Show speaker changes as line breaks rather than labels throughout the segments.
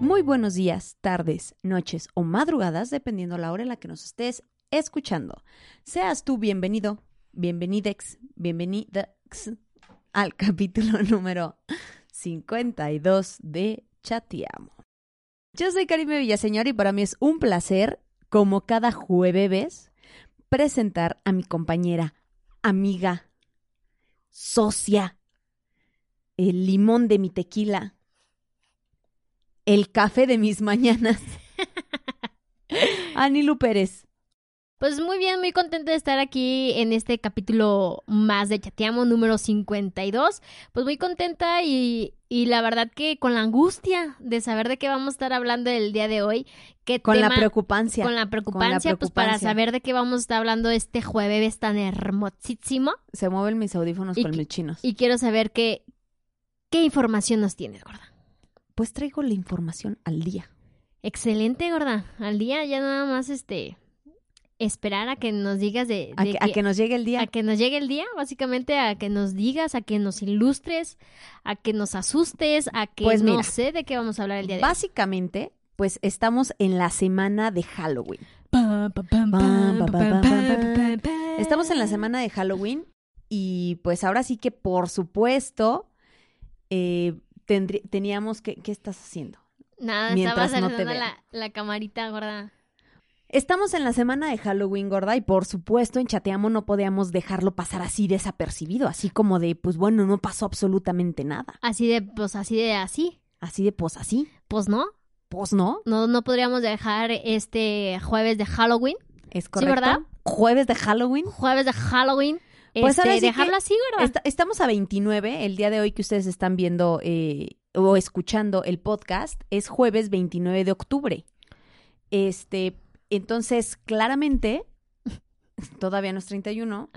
Muy buenos días, tardes, noches o madrugadas, dependiendo la hora en la que nos estés escuchando. Seas tú bienvenido, bienvenidex, bienvenidex al capítulo número 52 de Chateamo. Yo soy Karime Villaseñor y para mí es un placer, como cada jueves, presentar a mi compañera, amiga, socia, el limón de mi tequila, el café de mis mañanas, Anilu Pérez.
Pues muy bien, muy contenta de estar aquí en este capítulo más de Chateamo número 52. Pues muy contenta y, y la verdad que con la angustia de saber de qué vamos a estar hablando el día de hoy. ¿Qué
Con la
tema-
preocupancia.
Con la preocupancia, pues para
preocupancia.
saber de qué vamos a estar hablando este jueves tan hermosísimo.
Se mueven mis audífonos
Y
con
que-
mis chinos.
Y quiero saber qué, qué información nos tienes, gorda.
Pues traigo la información al día.
Excelente, gorda. Al día ya nada más este esperar a que nos digas de,
A
de
que, a que nos llegue el día.
a que nos llegue el día, básicamente a que nos digas, a que nos ilustres, a que nos asustes, a que
Pues mira.
no sé de qué vamos a hablar el día de hoy.
Básicamente, pues estamos en la semana de Halloween. Estamos en la semana de Halloween y pues ahora sí que por supuesto eh, tendrí- teníamos que... ¿Qué estás haciendo?
Nada,
mientras
estaba
no te
saludando
vean.
la, la camarita gorda.
Estamos en la semana de Halloween, gorda, y por supuesto en Chateamo no podíamos dejarlo pasar así desapercibido, así como de, pues bueno, no pasó absolutamente nada.
Así de, pues así de así.
Así de, pues así,
Pues no,
pues no,
no, no podríamos dejar este jueves de Halloween.
es correcto.
¿verdad?
Jueves de Halloween.
Jueves de Halloween.
Pues
este,
ahora sí que
dejarlo así, gorda.
Esta- estamos a 29, el día de hoy que ustedes están viendo eh, o escuchando el podcast es jueves 29 de octubre. Este, entonces, claramente, todavía no es 31.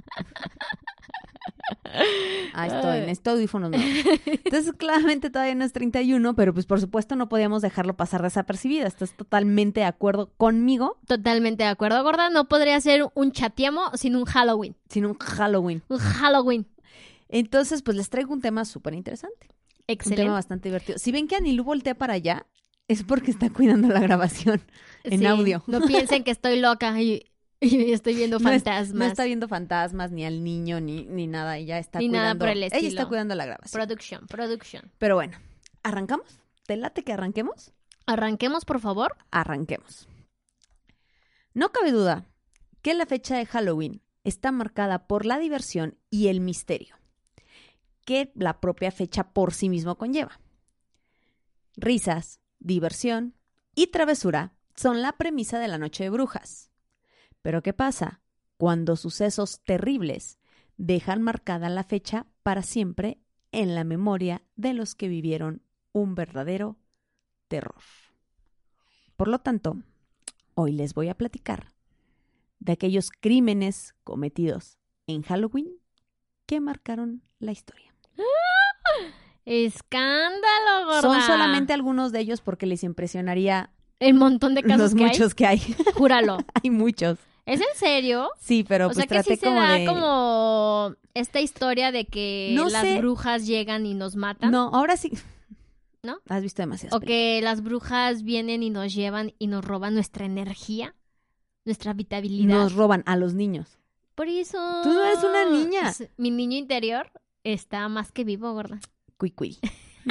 Ah, estoy en este audífono nuevo. Entonces, claramente todavía no es 31, pero pues por supuesto no podíamos dejarlo pasar desapercibida. Estás totalmente de acuerdo conmigo
Totalmente de acuerdo, gorda. No podría ser un chateamo sin un Halloween.
sin un Halloween.
Un Halloween.
Entonces, pues les traigo un tema súper interesante. Un tema
Excelente.
bastante divertido. Si ven que Anilú voltea para allá, es porque está cuidando la grabación en
Sí,
audio.
No piensen que estoy loca y, y estoy viendo
No es-
fantasmas.
No está viendo fantasmas, ni al niño, ni, ni nada. Ella está
Ni
cuidando.
nada por el
Ella
estilo.
está cuidando la grabación.
Producción, producción.
Pero bueno, ¿arrancamos? ¿Te late que arranquemos?
Arranquemos, por favor.
Arranquemos. No cabe duda que la fecha de Halloween está marcada por la diversión y el misterio, que la propia fecha por sí mismo conlleva. Risas, diversión y travesura son la premisa de la noche de brujas. Pero ¿qué pasa cuando sucesos terribles dejan marcada la fecha para siempre en la memoria de los que vivieron un verdadero terror? Por lo tanto, hoy les voy a platicar de aquellos crímenes cometidos en Halloween que marcaron la historia.
Escándalo, gorda.
Son solamente algunos de ellos porque les impresionaría
el montón de casos
los
que
muchos que hay.
hay. Júralo.
hay muchos.
¿Es en serio?
Sí, pero
o
pues
sea que
traté
sí se
como
da
de
como esta historia de que
No
las
sé.
brujas llegan y nos matan.
No, ahora sí.
¿No?
Has visto demasiado.
O que las brujas vienen y nos llevan y nos roban nuestra energía, nuestra habitabilidad.
Nos roban a los niños.
Por eso.
Tú no eres una niña.
Es- Mi niño interior está más que vivo, gorda.
Cuicui.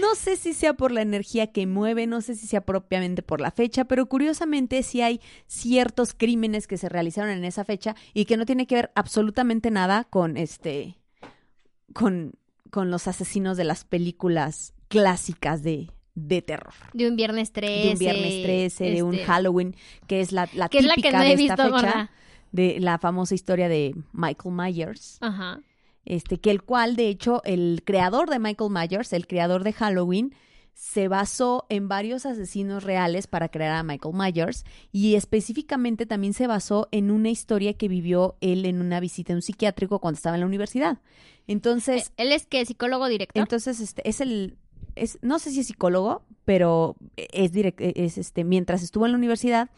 no sé si sea por la energía que mueve, no sé si sea propiamente por la fecha, pero curiosamente sí hay ciertos crímenes que se realizaron en esa fecha y que no tiene que ver absolutamente nada con este con con los asesinos de las películas clásicas de, de terror.
De un viernes 13.
de un viernes 13, de un
Eh, este,
Halloween, que es la, la
Que es la
típica
que no
de
he
esta
visto,
fecha,
gorda.
de la famosa historia de Michael Myers,
Ajá.
este, que el cual, de hecho, el creador de Michael Myers, el creador de Halloween, se basó en varios asesinos reales para crear a Michael Myers y específicamente también se basó en una historia que vivió él en una visita a un psiquiátrico cuando estaba en la universidad. Entonces,
Eh, Él es que psicólogo director.
entonces, este, es el, es, no sé si es psicólogo, pero es direct- es este, mientras estuvo en la universidad,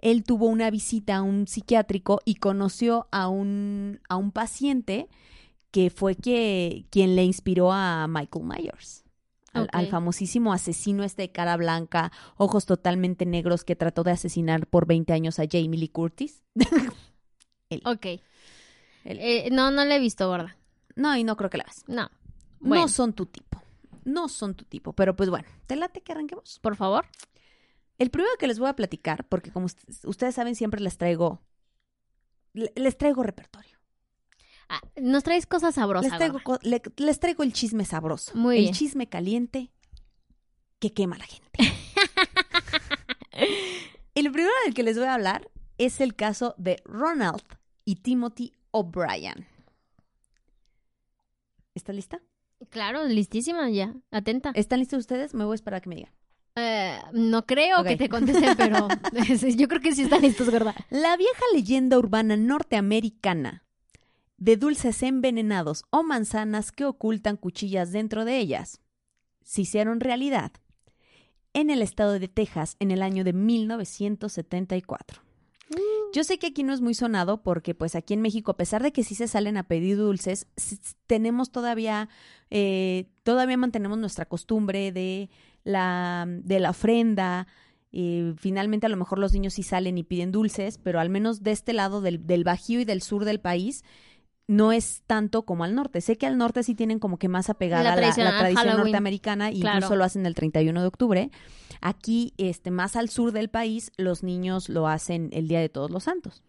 él tuvo una visita a un psiquiátrico y conoció a un, a un paciente que fue que, quien le inspiró a Michael Myers. Al, al
Ok.
famosísimo asesino este de cara blanca, ojos totalmente negros, que trató de asesinar por 20 años a Jamie Lee Curtis.
ok.
Él-
Eh, no, no le he visto, gorda.
No, y no creo que la veas.
No. Bueno,
No son tu tipo. No son tu tipo. Pero pues bueno, te late que arranquemos.
por favor.
El primero que les voy a platicar, porque como ust- ustedes saben, siempre les traigo. le- Les traigo repertorio.
Ah, Nos traes cosas sabrosas.
Les traigo,
gorda.
co- le- les traigo el chisme sabroso.
Muy
el
bien.
chisme caliente que quema a la gente. el primero del que les voy a hablar es el caso de Ronald y Timothy O'Brien. ¿Está lista?
Claro, listísima ya. Atenta.
¿Están listos ustedes? Me voy a esperar a que me digan.
Eh, no creo
Ok.
que te conteste, pero sí, yo creo que sí están listos, gorda.
La vieja leyenda urbana norteamericana de dulces envenenados o manzanas que ocultan cuchillas dentro de ellas se hicieron realidad en el estado de Texas en el año de 1974.
Mm.
Yo sé que aquí no es muy sonado porque pues aquí en México, a pesar de que sí se salen a pedir dulces, s- s- tenemos todavía, eh, todavía mantenemos nuestra costumbre de la, de la ofrenda, y finalmente a lo mejor los niños sí salen y piden dulces, pero al menos de este lado del, del Bajío y del sur del país no es tanto como al norte. Sé que al norte sí tienen como que más apegada
La
la, la
tradición al
tradición
Halloween.
norteamericana y
Claro.
incluso lo hacen el 31 de octubre. Aquí, este, más al sur del país, los niños lo hacen el Día de Todos los Santos.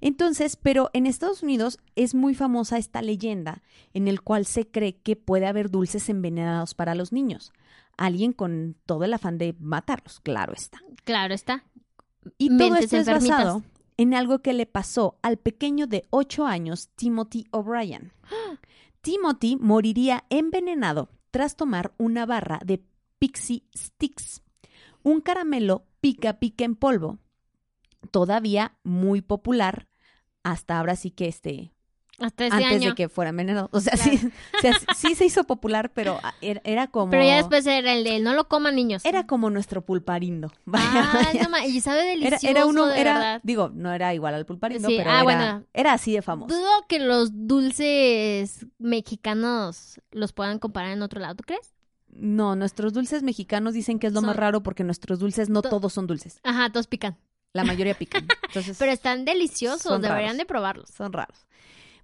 Entonces, pero en Estados Unidos es muy famosa esta leyenda en el cual se cree que puede haber dulces envenenados para los niños. Alguien con todo el afán de matarlos, claro está.
Claro está.
Y todo
Mentes
esto es
enfermitas.
basado en algo que le pasó al pequeño de 8 años, Timothy O'Brien. Timothy moriría envenenado tras tomar una barra de Pixie Sticks, un caramelo pica pica en polvo, todavía muy popular hasta ahora sí que este
Hasta este
antes
año.
de que fuera envenenado, o sea, sí, o sea, sí se hizo popular, pero ah, era, era como
Pero ya después era el de no lo coman niños.
era como nuestro pulparindo. Vaya,
Ah,
vaya.
no ma- y sabe
Era,
delicioso,
era uno,
de
era,
verdad.
digo, no era igual al pulparindo,
Sí,
pero
ah,
era,
bueno.
era así de famoso.
Dudo que los dulces mexicanos los puedan comparar en otro lado, ¿tú crees?
No, nuestros dulces mexicanos dicen que es lo
Son-
más raro porque nuestros dulces no
To-
todos son dulces.
Ajá, todos pican.
La mayoría pican. Entonces,
Pero están deliciosos,
Son
deberían
raros.
de probarlos.
son raros.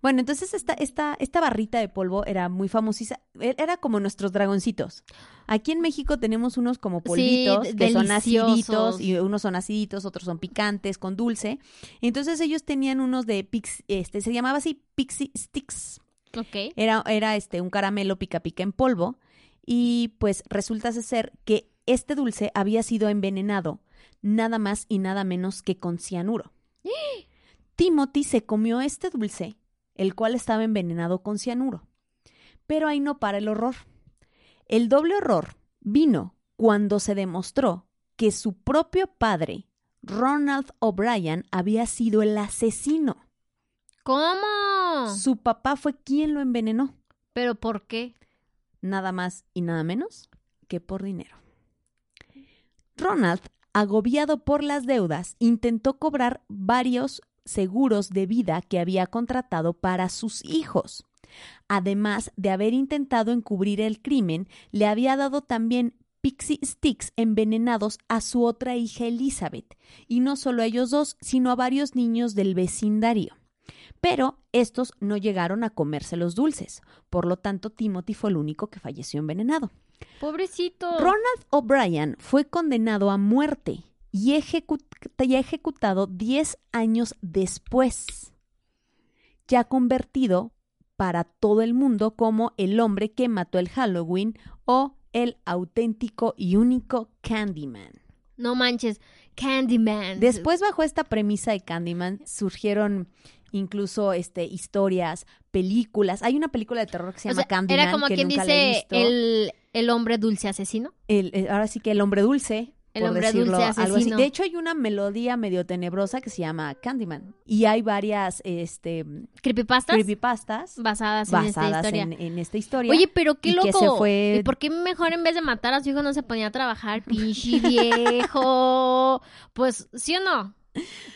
Bueno, entonces esta, esta, esta barrita de polvo era muy famosísima. Era como nuestros dragoncitos. Aquí en México tenemos unos como polvitos
de-
que son
deliciosos.
aciditos y unos son aciditos, otros son picantes con dulce. Entonces ellos tenían unos de pix, este se llamaba así pixie sticks.
Ok.
Era, era este, un caramelo pica pica en polvo y pues resulta ser que este dulce había sido envenenado nada más y nada menos que con cianuro. Timothy se comió este dulce, el cual estaba envenenado con cianuro. Pero ahí no para el horror. El doble horror vino cuando se demostró que su propio padre, Ronald O'Brien, había sido el asesino.
¿Cómo?
Su papá fue quien lo envenenó.
¿Pero por qué?
nada más y nada menos que por dinero. Ronald, agobiado por las deudas, intentó cobrar varios seguros de vida que había contratado para sus hijos. Además de haber intentado encubrir el crimen, le había dado también pixie sticks envenenados a su otra hija Elizabeth, y no solo a ellos dos, sino a varios niños del vecindario. Pero estos no llegaron a comerse los dulces, por lo tanto Timothy fue el único que falleció envenenado.
Pobrecito.
Ronald O'Brien fue condenado a muerte y, ejecu- y ejecutado 10 años después, ya convertido para todo el mundo como el hombre que mató el Halloween o el auténtico y único Candyman.
No manches, Candyman.
Después, bajo esta premisa de Candyman, surgieron incluso este historias, películas. Hay una película de terror que se
O
llama
sea,
Candyman.
Era como
que
quien
nunca la he
dice
visto.
el, el hombre dulce asesino.
El- el- ahora sí que el hombre dulce.
El
por
hombre
decirlo,
dulce
algo así.
asesino.
De hecho, hay una melodía medio tenebrosa que se llama Candyman. Y hay varias este,
Creepypastas
creepypastas
basadas, en esta
basadas
historia.
en, en esta historia.
Oye, pero qué
y
loco.
que se fue-
¿Y por qué mejor en vez de matar a su hijo no se ponía a trabajar, pinche viejo? Pues, ¿sí o no?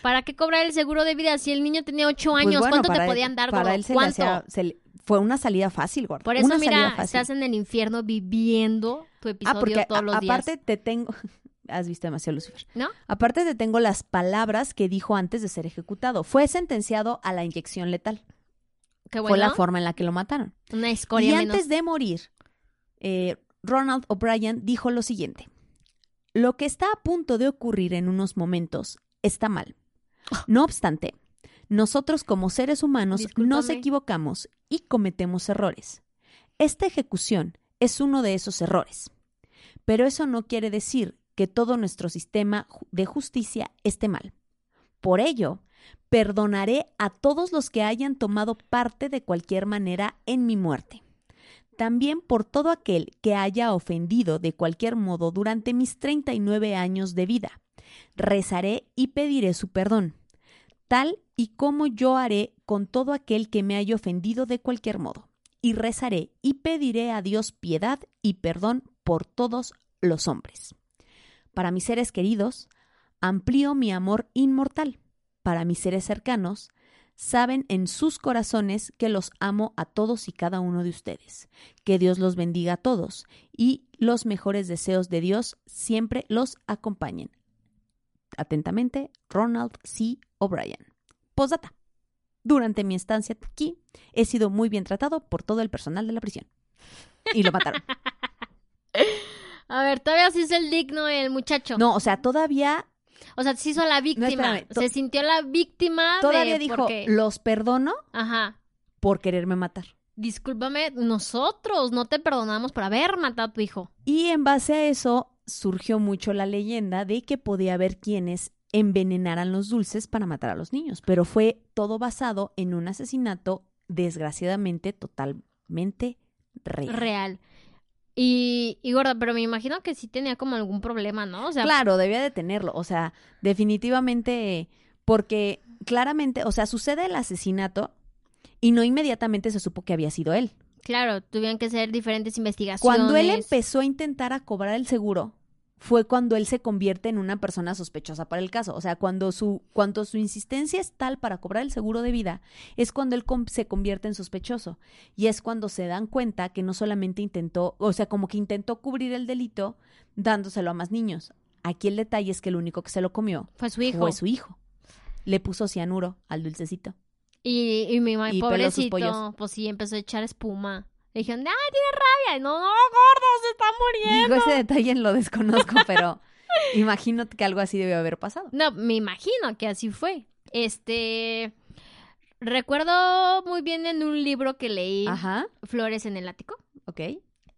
¿Para qué cobrar el seguro de vida si el niño tenía ocho
Pues
años?
bueno,
¿Cuánto te
para él-
podían dar,
Para
gordo?
él se le
¿Cuánto?
hacía- se le- fue una salida fácil, gordo.
Por eso,
una salida
mira,
fácil.
estás en el infierno viviendo tu
Ah,
episodio
porque
todos
a-
los
aparte
días.
te tengo... Has visto demasiado Lucifer.
¿No?
Aparte te tengo las palabras que dijo antes de ser ejecutado. Fue sentenciado a la inyección letal.
Qué bueno.
Fue la forma en la que lo mataron.
Una
Y
escoria menos.
antes de morir, eh, Ronald O'Brien dijo lo siguiente. Lo que está a punto de ocurrir en unos momentos está mal. No obstante, nosotros como seres humanos nos
Discúlpame.
equivocamos y cometemos errores. Esta ejecución es uno de esos errores. Pero eso no quiere decir que todo nuestro sistema ju- de justicia esté mal. Por ello, perdonaré a todos los que hayan tomado parte de cualquier manera en mi muerte. También por todo aquel que haya ofendido de cualquier modo durante mis 39 años de vida. Rezaré y pediré su perdón, tal y como yo haré con todo aquel que me haya ofendido de cualquier modo. Y rezaré y pediré a Dios piedad y perdón por todos los hombres. Para mis seres queridos, amplío mi amor inmortal para mis seres cercanos, saben en sus corazones que los amo a todos y cada uno de ustedes. Que Dios los bendiga a todos y los mejores deseos de Dios siempre los acompañen. Atentamente, Ronald C. O'Brien. Posdata. Durante mi estancia aquí he sido muy bien tratado por todo el personal de la prisión. Y lo mataron.
A ver, todavía se hizo el digno el muchacho.
No, o sea, todavía,
O sea, se hizo la víctima.
espérame, to-
se sintió la víctima
todavía
de
dijo,
porque-
los perdono
Ajá.
por quererme matar.
Discúlpame, nosotros no te perdonamos por haber matado a tu hijo.
Y en base a eso surgió mucho la leyenda de que podía haber quienes envenenaran los dulces para matar a los niños, pero fue todo basado en un asesinato desgraciadamente totalmente real.
Real. Y, y gorda, pero me imagino que sí tenía como algún problema, ¿no? O sea,
Claro, debía de tenerlo, o sea, definitivamente, porque claramente, o sea, sucede el asesinato y no inmediatamente se supo que había sido él.
claro, tuvieron que ser diferentes investigaciones.
Cuando él empezó a intentar a cobrar el seguro, fue cuando él se convierte en una persona sospechosa para el caso. O sea, cuando su, cuando su insistencia es tal para cobrar el seguro de vida, es cuando él com- se convierte en sospechoso. Y es cuando se dan cuenta que no solamente intentó, o sea, como que intentó cubrir el delito dándoselo a más niños. Aquí el detalle es que el único que se lo comió
Fue su hijo.
fue su hijo. Le puso cianuro al dulcecito.
Y, y mi mamá,
Y peló sus pollos.
pobrecito, pues sí, empezó a echar espuma. Le dijeron, ¡ay, tiene rabia! Y, No, no, gordo, se está muriendo.
Digo, ese detalle lo desconozco, pero imagino que algo así debió haber pasado.
No, me imagino que así fue. Este. Recuerdo muy bien en un libro que leí,
Ajá,
Flores en el Ático,
ok.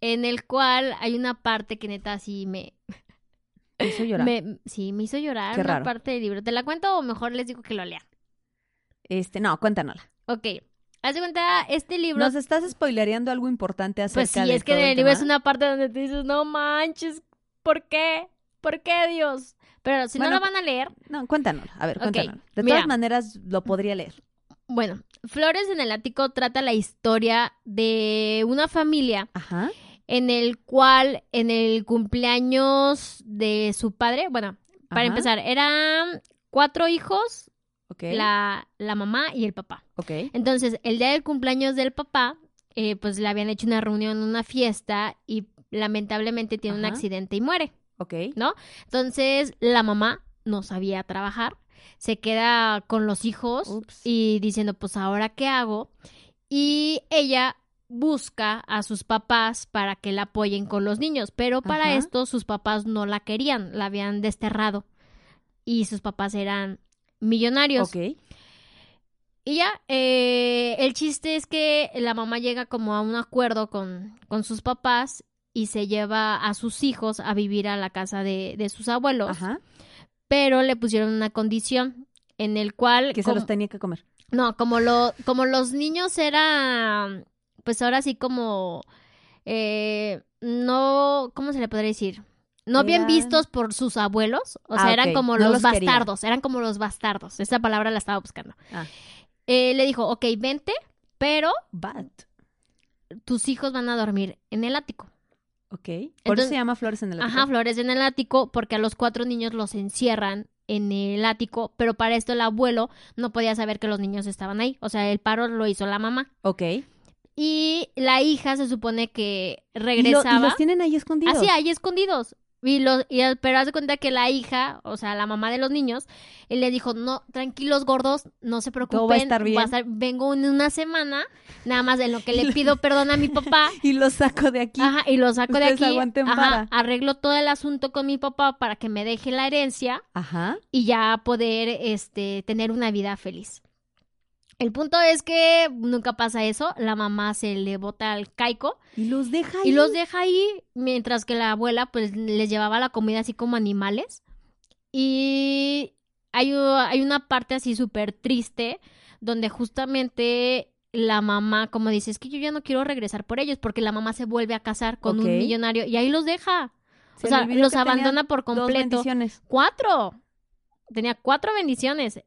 en el cual hay una parte que neta así me,
Me hizo llorar.
Me- sí, me hizo llorar
Qué
una
raro.
parte del libro. ¿Te la cuento o mejor les digo que lo lean?
Este, no, cuéntanosla.
Ok. Haz de cuenta, este libro.
Nos estás spoilereando algo importante acerca
pues sí,
de
es que en
todo
el libro
tema.
es una parte donde te dices, no manches, ¿por qué? ¿Por qué, Dios? Pero si
Bueno,
no lo van a leer,
No, cuéntanosla. A ver,
Ok,
cuéntanosla. De
mira.
todas maneras, lo podría leer.
bueno, Flores en el Ático trata la historia de una familia
Ajá.
en el cual, en el cumpleaños de su padre, bueno, para
ajá,
empezar, eran cuatro hijos,
Ok.
la, la mamá y el papá.
Ok.
Entonces, el día del cumpleaños del papá, eh, pues le habían hecho una reunión, una fiesta y lamentablemente tiene un
Ajá.
accidente y muere.
Ok.
Entonces, la mamá no sabía trabajar, se queda con los hijos
Ups.
y diciendo, pues ahora qué hago. Y ella busca a sus papás para que la apoyen con los niños, pero para
Ajá.
esto sus papás no la querían, la habían desterrado y sus papás eran millonarios.
Ok.
Y ya, eh, el chiste es que la mamá llega como a un acuerdo con, con sus papás y se lleva a sus hijos a vivir a la casa de, de sus abuelos.
Ajá.
Pero le pusieron una condición en el cual...
Que se
com-
los tenía que comer.
No, como, lo, como los niños era... Pues ahora sí como... eh, no... ¿Cómo se le podría decir? No bien
Eran-
vistos por sus abuelos. O sea,
Ah,
eran
ok,
como
no
los,
los querían.
bastardos. Eran como los bastardos. Esa palabra la estaba buscando.
Ah.
Eh, le dijo, ok, vente, pero
Bad.
tus hijos van a dormir en el ático.
Ok. Por eso
Entonces-
se llama flores en el
Ajá, flores en el ático, porque a los cuatro niños los encierran en el ático, pero para esto el abuelo no podía saber que los niños estaban ahí. O sea, el paro lo hizo la mamá.
Ok.
Y la hija se supone que
Y, lo- y
regresaba.
los tienen ahí escondidos.
Así, ahí escondidos. Y los, y, pero haz de cuenta que la hija, o sea, la mamá de los niños, él le dijo, no, tranquilos gordos, no se preocupen.
Todo va a estar bien".
vengo en una semana, nada más en lo que
Y
le
lo-
pido perdón a mi papá.
Y los saco de aquí.
Ajá, y lo saco de
Ustedes
aquí.
aguanten
Ajá,
vara.
arreglo todo el asunto con mi papá para que me deje la herencia
Ajá.
y ya poder este tener una vida feliz. El punto es que nunca pasa eso, la mamá se le bota al caico
Y los deja ahí.
y los deja ahí mientras que la abuela pues les llevaba la comida así como animales. Y hay, u- hay una parte así súper triste donde justamente la mamá como dice, es que yo ya no quiero regresar por ellos porque la mamá se vuelve a casar con
Ok.
un millonario y ahí los deja.
Se
o
le
sea,
olvidó
los
que tenía
abandona por
dos
completo.
bendiciones.
Cuatro. Tenía cuatro bendiciones.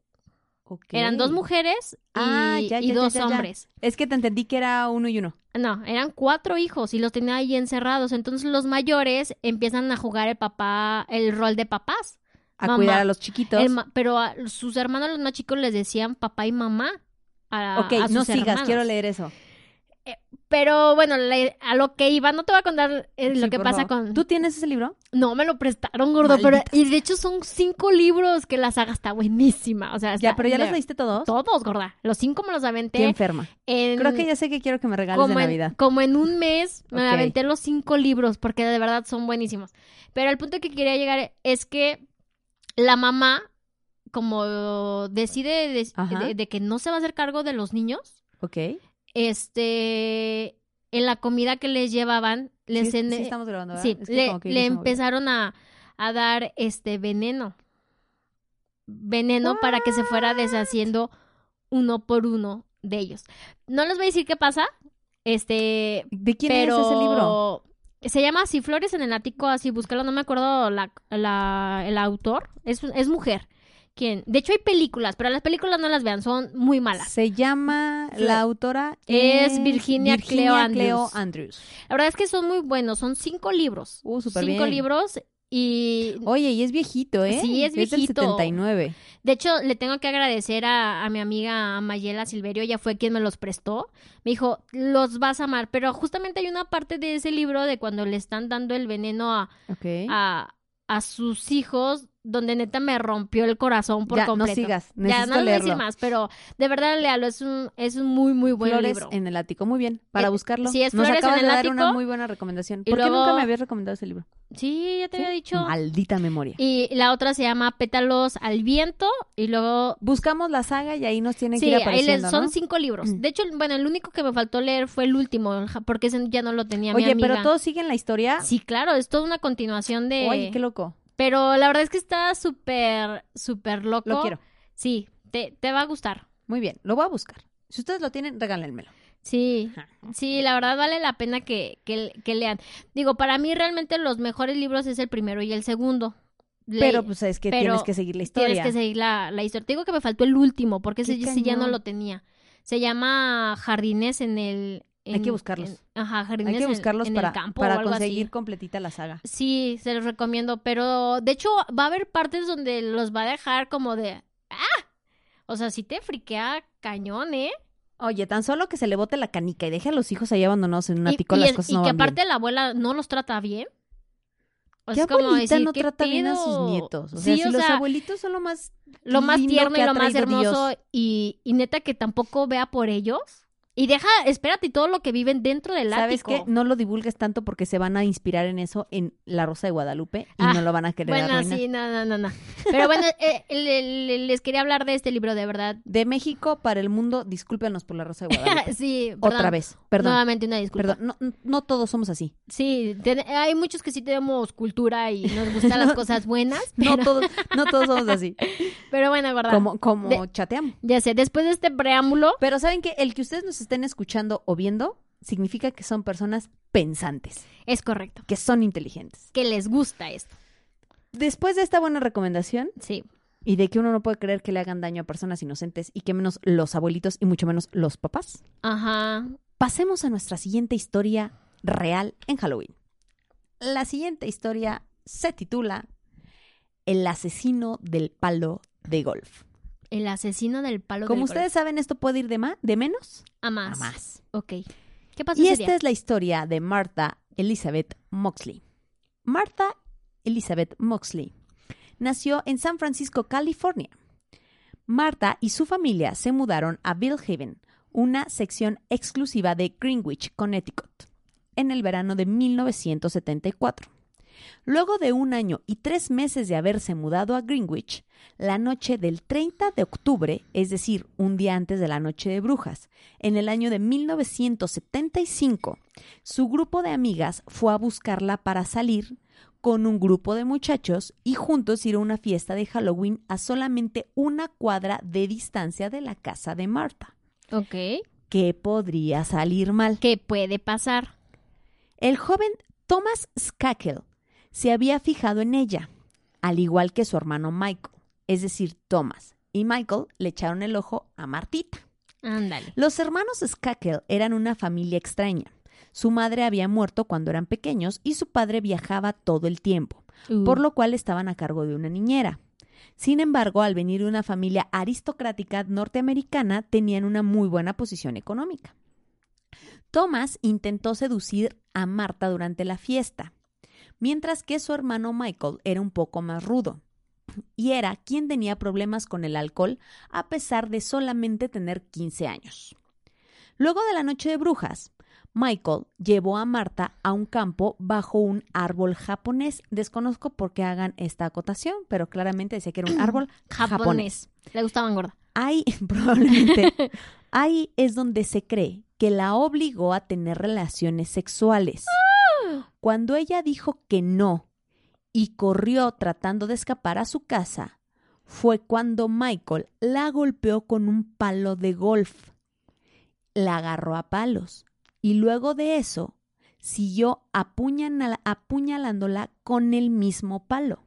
Ok.
Eran dos mujeres y,
Ah, ya,
y
ya, ya,
dos
ya, ya.
hombres.
Es que te entendí que era uno y uno.
No, eran cuatro hijos y los tenía ahí encerrados. Entonces los mayores empiezan a jugar el papá, el rol de papás.
A
Mamá.
cuidar a los chiquitos.
El ma- pero a sus hermanos, los más chicos, les decían papá y mamá. A,
ok,
a sus
no sigas,
hermanos.
quiero leer eso.
Pero bueno, la- a lo que iba, no te voy a contar eh, lo
Sí,
que
por
pasa
favor.
con.
¿Tú tienes ese libro?
No me lo prestaron, gordo. Pero...
Maldita.
Y de hecho son cinco libros que la saga está buenísima. O sea,
ya,
está-
pero ya los
me-
leíste todos.
Todos, gorda. Los cinco me los aventé.
Qué enferma.
en-
Creo que ya sé que quiero que me regales
como
de
en,
Navidad.
como en un mes me
Ok.
aventé los cinco libros porque de verdad son buenísimos. Pero el punto que quería llegar es que la mamá como decide de,
Ajá.
de- de que no se va a hacer cargo de los niños,
Ok.
este, en la comida que les llevaban, les
sí,
en-
sí estamos grabando, ¿verdad?
sí,
Es que
le,
como que
le
yo se me olvidó.
empezaron a, a dar este veneno, veneno para que se
¡Ah!
fuera deshaciendo uno por uno de ellos. No les voy a decir qué pasa, este,
¿De quién
pero
es ese libro?
Se llama Así Flores en el Ático, así búscalo, no me acuerdo la, la- el autor. Es, es mujer. quien De hecho, hay películas, pero las películas no las vean, son muy malas.
Se llama
Fla-
la autora
Es Virginia Cleo Andrews.
Andrews.
La verdad es que son muy buenos, son cinco libros.
Uh, súper
cinco
bien.
libros y
Oye, y es viejito, ¿eh?
Sí, es
Es del
viejito.
79.
de hecho le tengo que agradecer a, a mi amiga Mayela Silverio, ella fue quien me los prestó. Me dijo, los vas a amar, pero justamente hay una parte de ese libro de cuando le están dando el veneno a,
Ok.
a, a sus hijos, donde neta me rompió el corazón por
ya,
completo.
no sigas.
Ya,
Necesito
no les voy a
leerlo.
decir más, pero de verdad, léalo, es un, es un muy, muy buen
Flores
libro.
en el ático, muy bien, para
Eh,
buscarlo.
sí, es
Nos
Flores
acabas
en el
de dar una
ático.
muy buena recomendación.
Y
¿Por qué
luego-
nunca me habías recomendado ese libro?
Sí, ya te
¿Sí?
había dicho.
Maldita memoria.
Y la otra se llama Pétalos al viento, y luego...
Buscamos la saga y ahí nos tienen que
Sí,
ir
ahí les-
apareciendo,
son
¿no?
cinco libros.
Mm.
De hecho, bueno, el único que me faltó leer fue el último, el ja- porque ese ya no lo tenía mi
Oye,
amiga.
pero todos siguen la historia.
Sí, claro, es toda una continuación de...
Oye, qué loco.
Pero la verdad es que está súper, súper loco.
Lo quiero.
Sí, te, te va a gustar.
Muy bien, lo voy a buscar. Si ustedes lo tienen, regálenmelo.
Sí,
Ajá.
sí, la verdad vale la pena que, que, que lean. Digo, para mí realmente los mejores libros es el primero y el segundo. Le-
Pero pues es que
pero
tienes que seguir la
tienes
historia.
que seguir la, la historia. Te digo que me faltó el último, porque ese,
Qué
ese ya no
cañón.
lo tenía. Se llama Jardines en el...
Hay
en-
que buscarlos.
en- ajá, Jardines
Hay que
en-
buscarlos
en,
para,
el campo o
para
algo así.
conseguir completita la saga.
Sí, se los recomiendo, pero de hecho va a haber partes donde los va a dejar como de... ¡Ah! O sea, sí te friquea cañón, ¿eh?
Oye, tan solo que se le bote la canica y deje a los hijos ahí abandonados en un
Y-
ático,
y,
las
es-
cosas
y
no
que
van bien.
aparte la abuela no los trata bien. O
¿Qué
sea, es como
abuelita
decir,
no
¿qué
trata bien a sus
pedo?
nietos? O sea,
sí,
si
o
los
sea,
abuelitos son lo más
lo más
lindo
tierno
que
y
ha
lo más
traído Dios.
hermoso y, y neta que tampoco vea por ellos Y deja, espérate, y todo lo que viven dentro del
¿Sabes
ático.
qué? No lo divulgues tanto porque se van a inspirar en eso en La Rosa de Guadalupe y
Ah,
no lo van a querer
Bueno,
arruinar.
sí, no, no, no, no. Pero bueno, eh, le- le- les quería hablar de este libro, de verdad.
De México para el mundo, discúlpenos por La Rosa de Guadalupe.
sí,
Otra
perdón.
vez, perdón.
Nuevamente una disculpa.
Perdón, no, no todos somos así.
Sí, ten- hay muchos que sí tenemos cultura y nos gustan las cosas buenas, pero,
No todos, no todos somos así.
pero bueno, ¿verdad?
Como, como
De-
chateamos.
Ya sé, después de este preámbulo,
Pero saben que el que ustedes nos estén escuchando o viendo significa que son personas pensantes,
es correcto.
que son inteligentes.
Que les gusta esto.
Después de esta buena recomendación
Sí,
y de que uno no puede creer que le hagan daño a personas inocentes y que menos los abuelitos y mucho menos los papás,
ajá.
pasemos a nuestra siguiente historia real en Halloween. La siguiente historia se titula El asesino del palo de golf.
El asesino del palo
Como
del
ustedes saben, esto puede ir de, ma- de menos
golf. A más.
a más.
Ok. ¿Qué pasó
Y este esta
ese día?
es la historia de Martha Elizabeth Moxley. Martha Elizabeth Moxley nació en San Francisco, California. Martha y su familia se mudaron a Billhaven, una sección exclusiva de Greenwich, Connecticut, en el verano de 1974. Luego de un año y tres meses de haberse mudado a Greenwich, la noche del 30 de octubre, es decir, un día antes de la noche de brujas, en el año de 1975, su grupo de amigas fue a buscarla para salir con un grupo de muchachos y juntos ir a una fiesta de Halloween a solamente una cuadra de distancia de la casa de Marta.
Ok.
¿Qué podría salir mal?
¿Qué puede pasar?
El joven Thomas Skakel se había fijado en ella, al igual que su hermano Michael, es decir, Thomas, y Michael le echaron el ojo a Martita.
Ándale.
Los hermanos Skakel eran una familia extraña. Su madre había muerto cuando eran pequeños y su padre viajaba todo el tiempo,
Uh,
por lo cual estaban a cargo de una niñera. Sin embargo, al venir de una familia aristocrática norteamericana, tenían una muy buena posición económica. Thomas intentó seducir a Marta durante la fiesta, mientras que su hermano Michael era un poco más rudo, y era quien tenía problemas con el alcohol a pesar de solamente tener 15 años. Luego de la noche de brujas, Michael llevó a Marta a un campo bajo un árbol japonés. Desconozco por qué hagan esta acotación, pero claramente decía que era un árbol
japonés.
japonés.
Le gustaban gorda.
Ahí, probablemente, ahí es donde se cree que la obligó a tener relaciones sexuales. Cuando ella dijo que no y corrió tratando de escapar a su casa, fue cuando Michael la golpeó con un palo de golf. La agarró a palos y luego de eso siguió apuñala- apuñalándola con el mismo palo.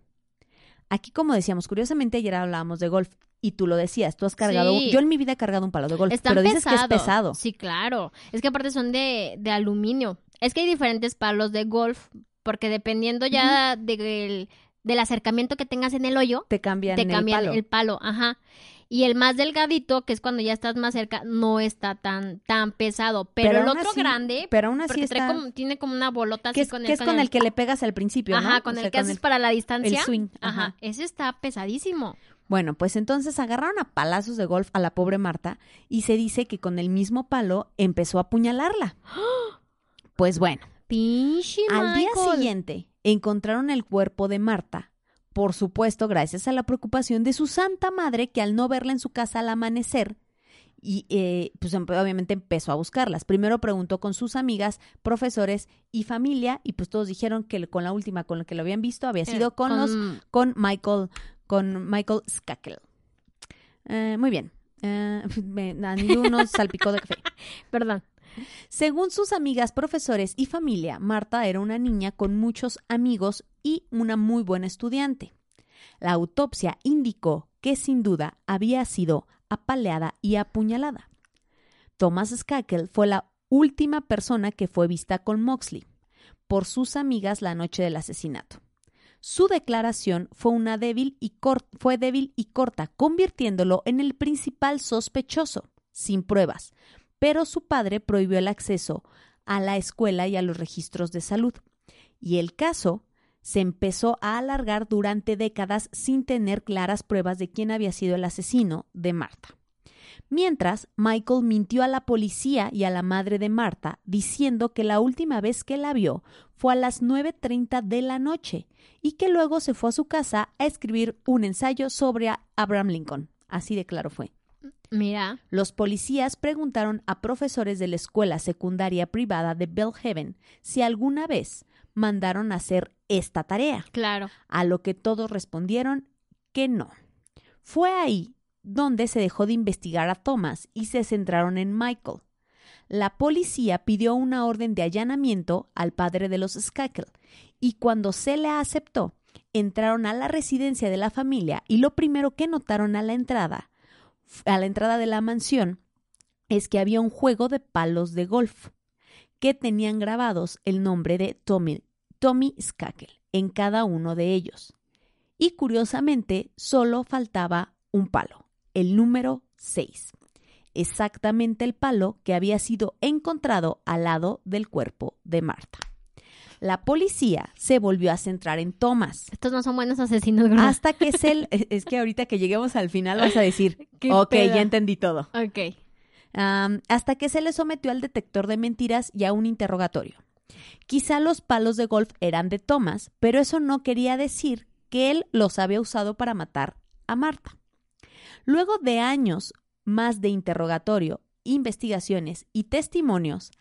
Aquí, como decíamos, curiosamente ayer hablábamos de golf y tú lo decías, tú has cargado,
Sí.
yo en mi vida he cargado un palo de golf,
Están
pero dices
pesados.
que es pesado.
Sí, claro. Es que aparte son de, de aluminio. Es que hay diferentes palos de golf, porque dependiendo ya del, del acercamiento que tengas en el hoyo,
Te cambian,
te cambian
el palo.
el palo. Ajá. Y el más delgadito, que es cuando ya estás más cerca, no está tan, tan pesado. Pero,
Pero
el
aún
otro
así-
grande,
Pero aún así
porque trae
está...
como- tiene como una bolota
que
así
es,
con
que es con el que le pegas al principio, ¿no?
Ajá,
O
con
sea,
el que haces para la
el
distancia.
swing.
Ajá.
ajá.
Ese está pesadísimo.
Bueno, pues entonces agarraron a palazos de golf a la pobre Marta y se dice que con el mismo palo empezó a apuñalarla. Pues bueno,
Pinche
al día
Michael.
siguiente encontraron el cuerpo de Marta. Por supuesto, gracias a la preocupación de su santa madre que al no verla en su casa al amanecer, y eh, pues empe- obviamente empezó a buscarlas. Primero preguntó con sus amigas, profesores y familia, y pues todos dijeron que con la última con la que lo habían visto había
Eh,
sido con, los con Michael, con Michael Skakel. Eh, muy bien. Eh, me, a Nidú nos salpicó de café.
Perdón.
Según sus amigas, profesores y familia, Marta era una niña con muchos amigos y una muy buena estudiante. La autopsia indicó que sin duda había sido apaleada y apuñalada. Thomas Skakel fue la última persona que fue vista con Moxley por sus amigas la noche del asesinato. Su declaración fue una débil y cor- fue débil y corta, convirtiéndolo en el principal sospechoso, sin pruebas, pero su padre prohibió el acceso a la escuela y a los registros de salud. Y el caso se empezó a alargar durante décadas sin tener claras pruebas de quién había sido el asesino de Marta. Mientras, Michael mintió a la policía y a la madre de Marta diciendo que la última vez que la vio fue a las 9.30 de la noche y que luego se fue a su casa a escribir un ensayo sobre a Abraham Lincoln. Así de claro fue.
Mira,
Los policías preguntaron a profesores de la escuela secundaria privada de Bellhaven si alguna vez mandaron a hacer esta tarea,
claro.
a lo que todos respondieron que no. Fue ahí donde se dejó de investigar a Thomas y se centraron en Michael. La policía pidió una orden de allanamiento al padre de los Skakel y cuando se le aceptó, entraron a la residencia de la familia y lo primero que notaron a la entrada, a la entrada de la mansión, es que había un juego de palos de golf que tenían grabados el nombre de Tommy, Tommy Skakel en cada uno de ellos. Y curiosamente, solo faltaba un palo, el número 6. Exactamente el palo que había sido encontrado al lado del cuerpo de Marta. La policía se volvió a centrar en Thomas.
Estos no son buenos asesinos, ¿verdad?
Hasta que es el. e-, es- Es que ahorita que lleguemos al final vas a decir,
Qué
ok,
peda".
ya entendí todo.
Ok.
Am, hasta que se le sometió al detector de mentiras y a un interrogatorio. Quizá los palos de golf eran de Thomas, pero eso no quería decir que él los había usado para matar a Marta. Luego de años más de interrogatorio, investigaciones y testimonios,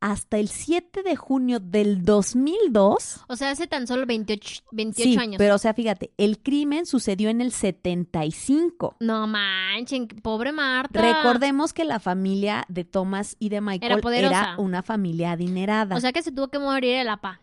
hasta el 7 de junio del 2002,
O sea, hace tan solo 28, 28
sí,
años.
pero o sea, fíjate, el crimen sucedió en el 75.
No manchen, pobre Marta.
Recordemos que la familia de Thomas y de Michael era,
poderosa.
una familia adinerada.
O sea que se tuvo que morir el apa.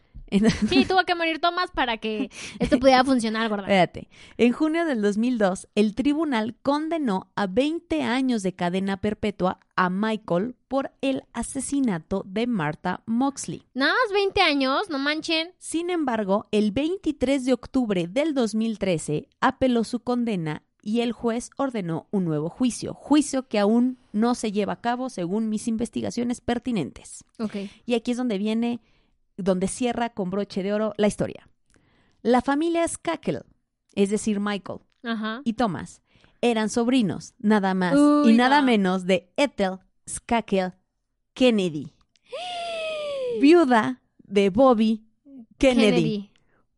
Sí, tuvo que morir Tomás para que esto pudiera funcionar, gorda.
Espérate. En junio del 2002, el tribunal condenó a 20 años de cadena perpetua a Michael por el asesinato de Martha Moxley.
Nada más 20 años, no manchen.
Sin embargo, el 23 de octubre del 2013 apeló su condena y el juez ordenó un nuevo juicio, juicio que aún no se lleva a cabo según mis investigaciones pertinentes.
Ok.
Y aquí es donde viene, donde cierra con broche de oro la historia. La familia Skakel, es decir, Michael
Ajá.
y Thomas, eran sobrinos, nada más
Uy,
y nada
no.
menos de Ethel Skakel Kennedy, viuda de Bobby Kennedy,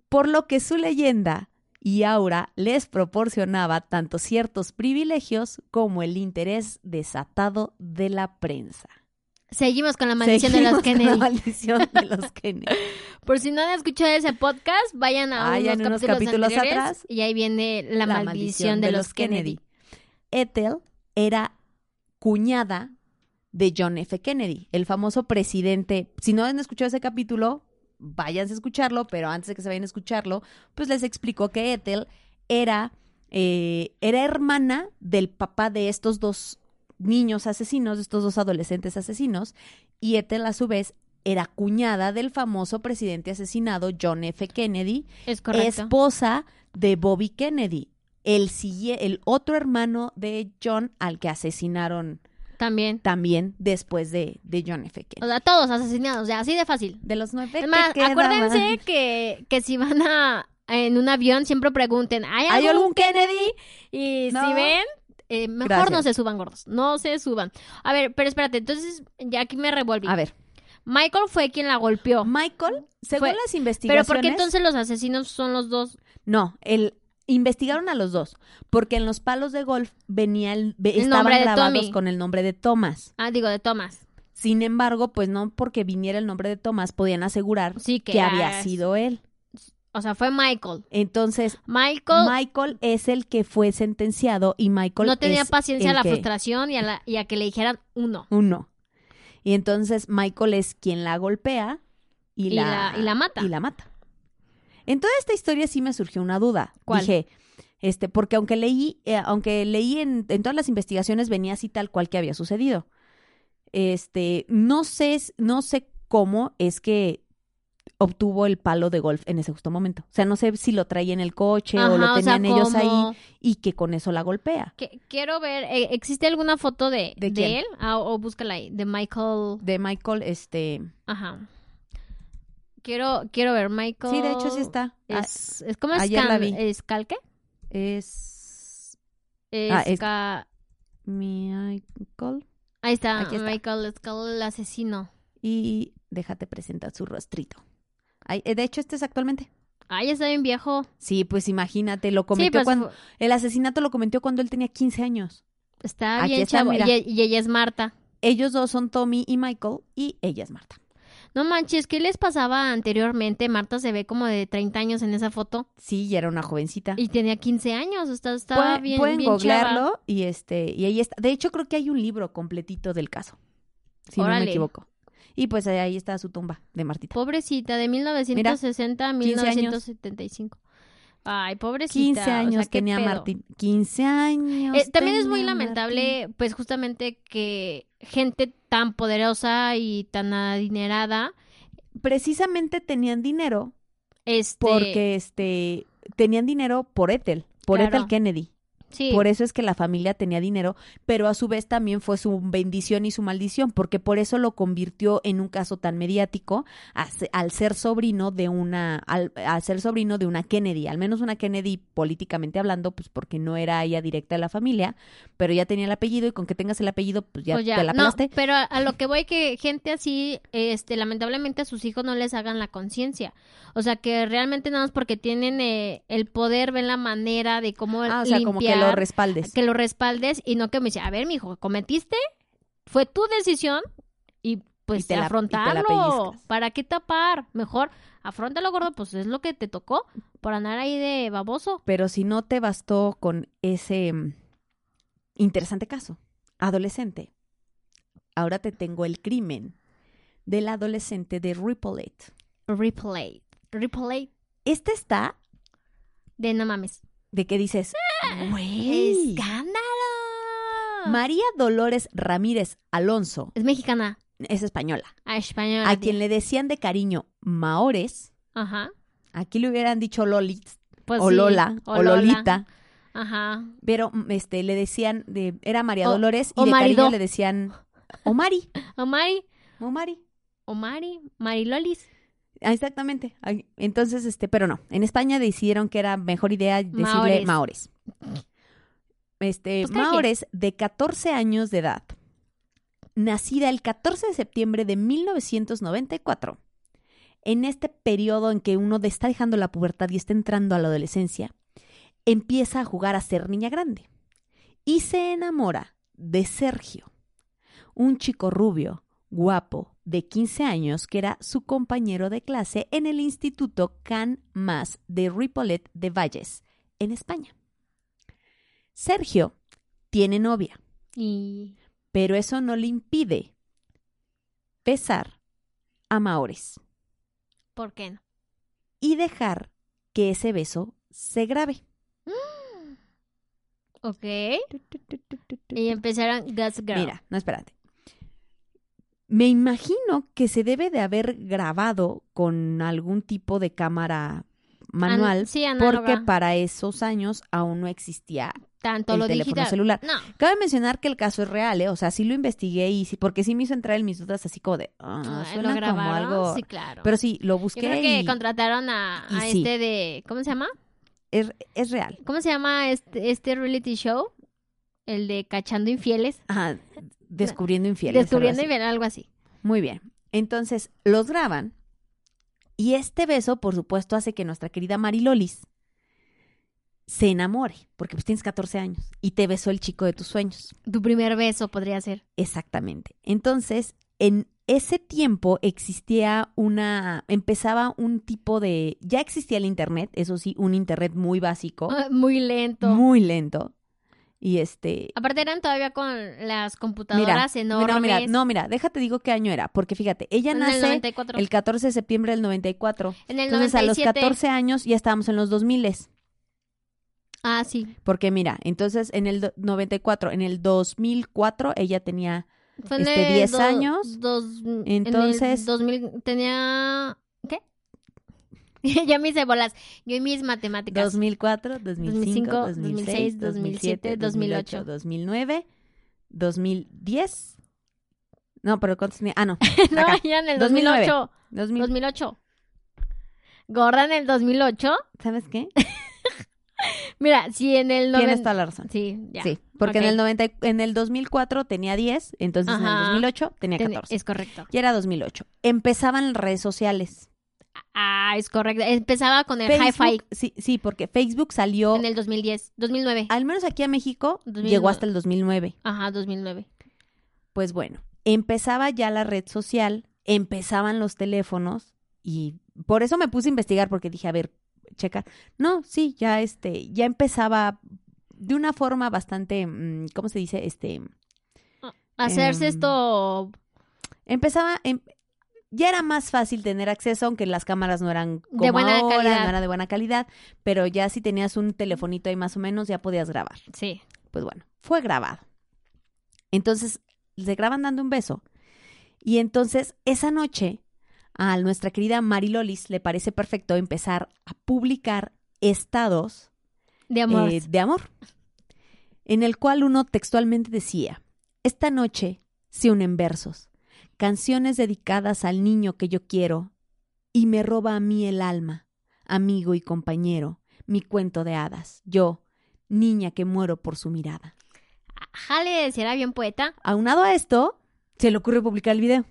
por lo que su leyenda y aura les proporcionaba tanto ciertos privilegios como el interés desatado de la prensa.
Seguimos con la maldición
Seguimos
de los
con la
Kennedy.
maldición de los Kennedy.
Por si no han escuchado ese podcast, vayan a
Vayan
unos,
unos
capítulos,
capítulos
anteriores
atrás.
Y ahí viene la, maldición, de, los Kennedy.
Ethel era cuñada de John F. Kennedy, el famoso presidente. Si no han escuchado ese capítulo, váyanse a escucharlo, pero antes de que se vayan a escucharlo, pues les explico que Ethel era, eh, era hermana del papá de estos dos niños asesinos, de estos dos adolescentes asesinos, y Ethel a su vez era cuñada del famoso presidente asesinado John F. Kennedy,
Es correcto.
esposa de Bobby Kennedy, el, sigue- el otro hermano de John al que asesinaron
También.
también después de, de John F.
O
Kennedy.
sea, todos asesinados, ya, así de fácil.
De los nueve
Es
que
más,
quedaban.
acuérdense que, que si van a en un avión siempre pregunten, ¿hay algún,
¿Hay algún Kennedy?
Y
No.
si ven, eh, mejor
Gracias.
no se suban gordos, no se suban. A ver, pero espérate, entonces ya aquí me revolví.
A ver,
Michael fue quien la golpeó.
Michael, según
Fue-
las
Pero
investigaciones...
¿por qué entonces los asesinos son los dos?
No, el... Investigaron a los dos, porque en los palos de golf venía el, ve-
El
estaban
nombre de
grabados
Tommy.
con el nombre de Thomas.
Ah, digo, de Thomas.
Sin embargo, pues no porque viniera el nombre de Thomas podían asegurar
Sí, que,
que había
era-
sido él.
O sea, fue Michael.
Entonces,
Michael
Michael es el que fue sentenciado y Michael
no tenía
es
paciencia a
el
la
que-
frustración y a, la- y a que le dijeran uno.
Uno. Y entonces Michael es quien la golpea y,
Y
la,
la- y la mata.
Y la mata. En toda esta historia sí me surgió una duda.
¿Cuál?
Dije, este, porque aunque leí, eh, aunque leí en, en todas las investigaciones venía así tal cual que había sucedido. Este, no sé, s- no sé cómo es que obtuvo el palo de golf en ese justo momento. O sea, no sé si lo traía en el coche o lo
Ajá, o sea,
tenían ellos ahí
como-
y que con eso la golpea.
que- quiero ver, eh, ¿existe alguna foto de,
¿De
de,
quién?
él? Ah, o búscala ahí, de Michael.
De Michael, este.
Ajá. Quiero, quiero ver, Michael.
Sí, de hecho sí está. Ah,
Es, es como
ayer la vi.
Scan- ¿Escal qué?
Ah, Es.
Esca-
Michael.
Ahí está,
Aquí está.
Michael Skull, el asesino.
Y déjate presentar su rostrito. Ay, eh, de hecho, este es actualmente.
Ay, Ah, ya está bien viejo.
Sí, pues imagínate, lo cometió
sí, pues,
cuando... El asesinato lo cometió cuando él tenía 15 años.
está
Aquí
bien
está,
chavo. Y, e,
mira.
y ella es Marta.
Ellos dos son Tommy y Michael y ella es Marta.
No manches, ¿qué les pasaba anteriormente? Marta se ve como de 30 años en esa foto
Sí, ya era una jovencita.
y tenía 15 años. Está, estaba
pueden
bien,
pueden
bien chava.
googlearlo y este y ahí está. De hecho, creo que hay un libro completito del caso. Si no
Órale.
me equivoco. Y pues ahí está su tumba de Martita.
Pobrecita, de 1960 a
15 años.
1975. Ay,
15
pobrecita.
años
o sea, qué
tenía
pedo.
Martín. 15 años.
Eh, también es muy
tenía Martín.
lamentable, pues justamente que gente tan poderosa y tan adinerada,
Precisamente tenían dinero
este,
porque este tenían dinero por Ethel, por
Claro.
Ethel Kennedy.
sí,
Por eso es que la familia tenía dinero, pero a su vez también fue su bendición y su maldición, porque por eso lo convirtió en un caso tan mediático a se- al ser sobrino de una, al, al ser sobrino de una Kennedy, al menos una Kennedy políticamente hablando, pues porque no era ella directa de la familia, pero ya tenía el apellido y con que tengas el apellido, pues ya,
pues ya.
te la
no,
pelaste.
pero a, a lo que voy que gente así, este, lamentablemente a sus hijos no les hagan la conciencia, o sea que realmente nada más porque tienen eh, el poder ven la manera de cómo
Ah, o sea, como que lo
limpiar,
respaldes.
que lo respaldes y no que me dice, a ver, mijo, cometiste, fue tu decisión y pues
Y te la- y te la
afrontarlo.
pellizcas.
¿Para qué tapar? Mejor afrontalo, gordo, pues es lo que te tocó por andar ahí de baboso.
Pero si no te bastó con ese mm, interesante caso, adolescente, ahora te tengo el crimen del adolescente de Ripollet.
Replay. Replay.
Este está
De no mames.
de que dices, güey,
¡Escándalo!
María Dolores Ramírez Alonso
es mexicana.
es española.
A española.
A
tía.
quien le decían de cariño Maores,
Ajá.
aquí le hubieran dicho Lolit
Pues
o
sí,
Lola
o
Oh, o
Lola.
Lolita,
Ajá.
pero mm, este le decían de era María
O-
Dolores y
o
de
Maridó.
cariño le decían o Mari,
O Mari.
o Mari.
O Mari. Marilolis.
Ah, Exactamente. Ay, Entonces, este, pero no. En España decidieron que era mejor idea decirle
Maores.
maores. Este,
Pues cada quien.
maores de 14 años de edad, nacida el 14 de septiembre de 1994. En este periodo en que uno de- está dejando la pubertad y está entrando a la adolescencia, empieza a jugar a ser niña grande y se enamora de Sergio, un chico rubio, guapo, de 15 años que era su compañero de clase en el Instituto Can Más de Ripollet de Valles, en España. Sergio tiene novia,
Y.
pero eso no le impide besar a Maores
¿Por qué no?
y dejar que ese beso se grabe.
Ok. Y empezaron Gas Girl.
Mira, no, espérate. Me imagino que se debe de haber grabado con algún tipo de cámara manual,
An- sí, análoga.
porque para esos años aún no existía
tanto
el
lo
teléfono
digital.
celular.
No,
Cabe mencionar que el caso es real, ¿eh? O sea, sí lo investigué y sí, porque sí me hizo entrar en mis dudas así como de, ah,
ay,
suena
lo grabaron,
como algo...
sí, claro.
Pero sí, lo
Yo
busqué
creo que
y
contrataron a,
y
a
sí.
este de ¿cómo se llama?
es, es real.
¿Cómo se llama este este reality show? El de cachando infieles,
Ajá, descubriendo infieles. algo
descubriendo
así.
infieles, algo así.
Muy bien. Entonces, los graban. Y este beso, por supuesto, hace que nuestra querida Marilolis se enamore, porque pues tienes 14 años y te besó el chico de tus sueños.
Tu primer beso podría ser.
Exactamente. Entonces, en ese tiempo existía una, empezaba un tipo de, ya existía el Internet, eso sí, un Internet muy básico,
Ah, Muy lento.
Oh. muy lento. Y este,
Aparte eran todavía con las computadoras enormes.
no, mira, no, mira, déjate digo qué año era, porque fíjate, ella
en el
nace
94.
el 14 de septiembre del 94.
en el
Entonces,
97.
a los 14 años ya estábamos en los 2000
Ah, sí.
porque mira, entonces en el do- 94, en el 2004 ella tenía,
Fue en
este,
el
10
do-
años.
dos- En el
Entonces-
2000 tenía ¿qué? ya me hice bolas. Yo y mis matemáticas.
2004, 2005, 2006, 2007, 2008, 2009, 2010. No, pero ¿cuántos tenía? Ah, no,
no,
acá,
ya en el
2009.
2008.
2000.
2008. Gorda en el 2008
¿Sabes qué?
Mira, si en el
Tienes
noventa
toda la razón.
Sí, ya.
Sí, porque
Ok.
en el 90, y- en el 2004 tenía 10, entonces en el
Ajá.
2008 tenía
Ten-
14.
Es correcto.
Y era 2008. Empezaban las redes sociales.
Ah, es correcto. Empezaba con el hi-fi
Facebook, sí, sí, porque Facebook salió,
en el 2010, 2009.
al menos aquí a México,
2009.
llegó hasta el 2009.
Ajá, 2009.
Pues bueno, empezaba ya la red social, empezaban los teléfonos y por eso me puse a investigar porque dije, a ver, checa. No, sí, ya este, ya empezaba de una forma bastante, mm, ¿cómo se dice? Este,
Hacerse
Em,
esto
empezaba, em- ya era más fácil tener acceso, aunque las cámaras no eran como
De buena
ahora,
calidad.
no era de buena calidad, pero ya si tenías un telefonito ahí más o menos, ya podías grabar.
Sí.
Pues bueno, fue grabado. Entonces, se graban dando un beso. Y entonces, esa noche, a nuestra querida Mari Lolis le parece perfecto empezar a publicar estados
De
eh,
amor.
de amor, en el cual uno textualmente decía, esta noche se unen versos, canciones dedicadas al niño que yo quiero, y me roba a mí el alma, amigo y compañero, mi cuento de hadas, yo, niña que muero por su mirada.
Jale, si era bien poeta.
Aunado a esto, se le ocurre publicar el video.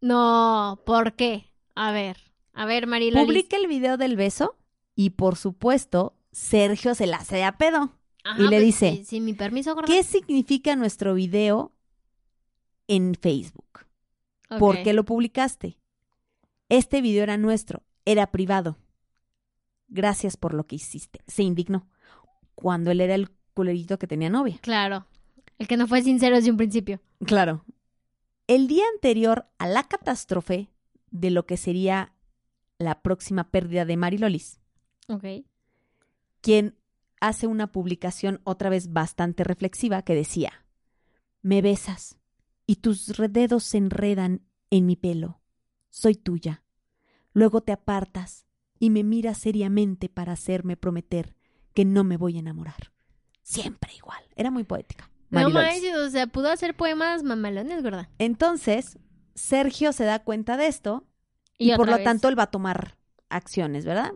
No, ¿por qué? A ver. A ver, Marila.
Publica el video del beso y, por supuesto, Sergio se la hace de a pedo. y le dice,
Sin, pues, mi permiso, gorda.
¿Qué significa nuestro video en Facebook?
Ok.
¿Por qué lo publicaste? Este video era nuestro, era privado. Gracias por lo que hiciste. Se indignó cuando él era el culerito que tenía novia.
Claro. El que no fue sincero desde un principio.
Claro. El día anterior a la catástrofe de lo que sería la próxima pérdida de Marilolis,
Ok.
quien hace una publicación otra vez bastante reflexiva que decía, me besas y tus re- dedos se enredan en mi pelo, soy tuya. Luego te apartas y me miras seriamente para hacerme prometer que no me voy a enamorar. Siempre igual. Era muy poética.
No
Mari Lolis.
manches, o sea, pudo hacer poemas mamalones, gorda.
Entonces, Sergio se da cuenta de esto y, por
otra
lo
vez.
tanto él va a tomar acciones, ¿verdad?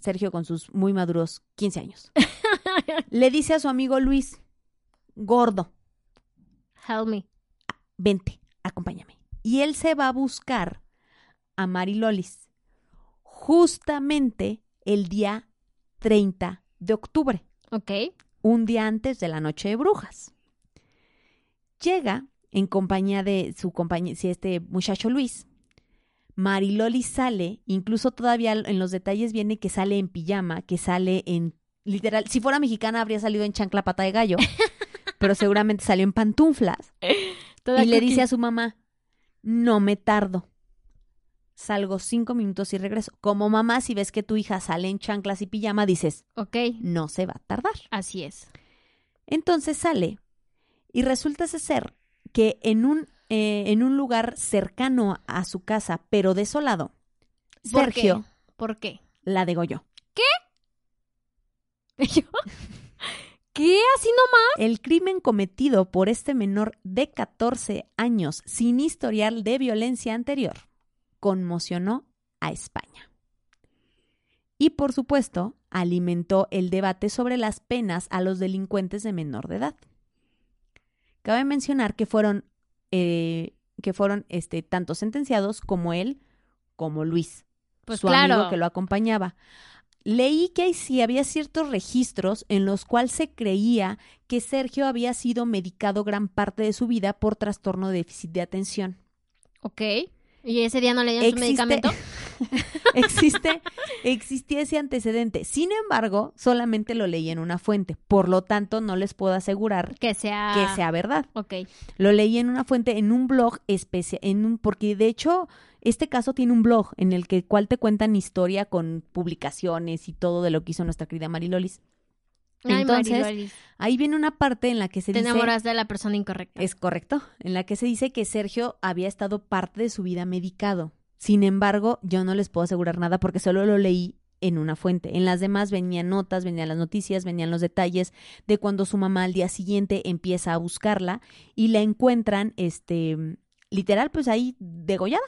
Sergio con sus muy maduros 15 años. Le dice a su amigo Luis, gordo,
Help me.
vente, acompáñame. Y él se va a buscar a Marilolis justamente el día 30 de octubre,
Ok.
un día antes de la noche de brujas. Llega en compañía de su compañero, si este muchacho Luis. Mariloli sale, incluso todavía en los detalles viene que sale en pijama, que sale en literal, si fuera mexicana habría salido en chancla pata de gallo, pero seguramente salió en pantuflas
Toda
y le
cookie.
dice a su mamá, no me tardo. Salgo cinco minutos y regreso. Como mamá, si ves que tu hija sale en chanclas y pijama, dices,
Ok.
no se va a tardar.
Así es.
Entonces sale y resulta ese ser que en un, eh, en un lugar cercano a su casa, pero desolado,
¿Por
Sergio
qué? ¿Por qué?
la degolló.
Y yo, ¿Qué? ¿Así nomás?
El crimen cometido por este menor de 14 años sin historial de violencia anterior conmocionó a España. Y por supuesto, alimentó el debate sobre las penas a los delincuentes de menor de edad. Cabe mencionar que fueron, eh, que fueron este, tanto sentenciados como él, como Luis
Pues
su
claro.
amigo que lo acompañaba. Leí que ahí sí había ciertos registros en los cuales se creía que Sergio había sido medicado gran parte de su vida por trastorno de déficit de atención.
Ok. ¿Y ese día no le dieron su medicamento?
existe, existía ese antecedente. Sin embargo, solamente lo leí en una fuente. Por lo tanto, no les puedo asegurar
Que sea...
que sea verdad.
Ok.
Lo leí en una fuente, en un blog especial, en un, porque de hecho este caso tiene un blog en el que cual te cuentan historia con publicaciones y todo de lo que hizo nuestra querida Marilolis.
Ay,
Entonces,
Marilolis,
Ahí viene una parte en la que se
te
dice
enamoraste de la persona incorrecta.
es correcto, en la que se dice que Sergio había estado parte de su vida medicado. Sin embargo, yo no les puedo asegurar nada porque solo lo leí en una fuente. En las demás venían notas, venían las noticias, venían los detalles de cuando su mamá al día siguiente empieza a buscarla y la encuentran, este, literal, pues ahí degollada.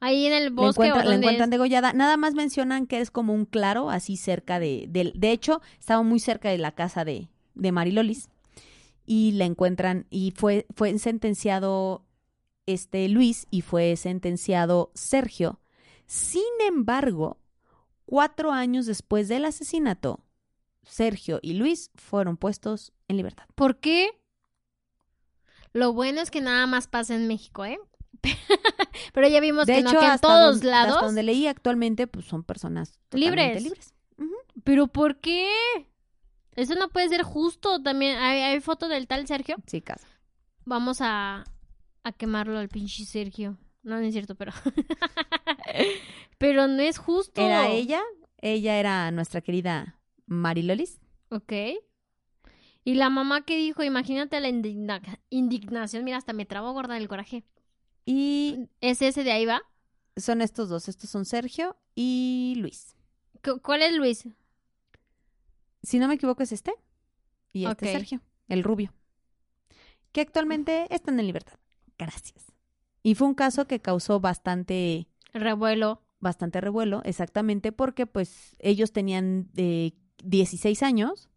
Ahí en el
La
bosque
encuentran,
o
la
dónde
encuentran
es?
degollada. Nada más mencionan que es como un claro, así cerca de. del- de hecho, estaba muy cerca de la casa de, de Marilolis. Y la encuentran. Y fue, fue sentenciado este Luis y fue sentenciado Sergio. Sin embargo, cuatro años después del asesinato, Sergio y Luis fueron puestos en libertad.
¿Por qué? Lo bueno es que nada más pasa en México, ¿eh? Pero ya vimos
de
Pues que
hecho,
no, que en
hasta
todos
donde, hasta
lados.
donde leí actualmente, pues son personas
Libres.
totalmente libres.
¿Pero por qué? Eso no puede ser justo también. ¿Hay, hay foto del tal Sergio?
Sí, caso.
Vamos a, a quemarlo al pinche Sergio. No, no es cierto, pero... pero no es justo.
Era ella, ella era nuestra querida Marilolis.
Ok. Y la mamá que dijo, imagínate la indigna- indignación. Mira, hasta me trabo gorda del coraje.
Y
¿Es ese de ahí va?
son estos dos, estos son Sergio y Luis.
¿Cu- ¿Cuál es Luis?
Si no me equivoco es este. Y este es
Ok.
Sergio, el rubio. Que actualmente están en libertad. Gracias. Y fue un caso que causó bastante
Revuelo.
bastante revuelo, exactamente porque pues ellos tenían eh, 16 años,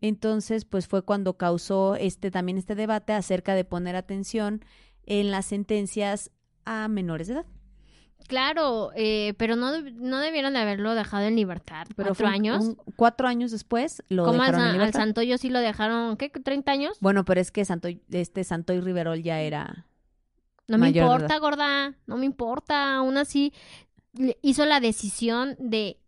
entonces pues fue cuando causó este también este debate acerca de poner atención en las sentencias a menores de edad.
Claro, eh, pero no, deb- no debieron de haberlo dejado en libertad.
Pero
¿Cuatro
fue un-
años?
un- cuatro años después lo
¿Cómo al,
dejaron en
San- al
libertad.
Santoyo sí lo dejaron, ¿qué? ¿30 años?
Bueno, pero es que Santo, este Santoy Riverol ya era
No me
mayor de
importa, gorda. No me importa. Aún así, le- hizo la decisión de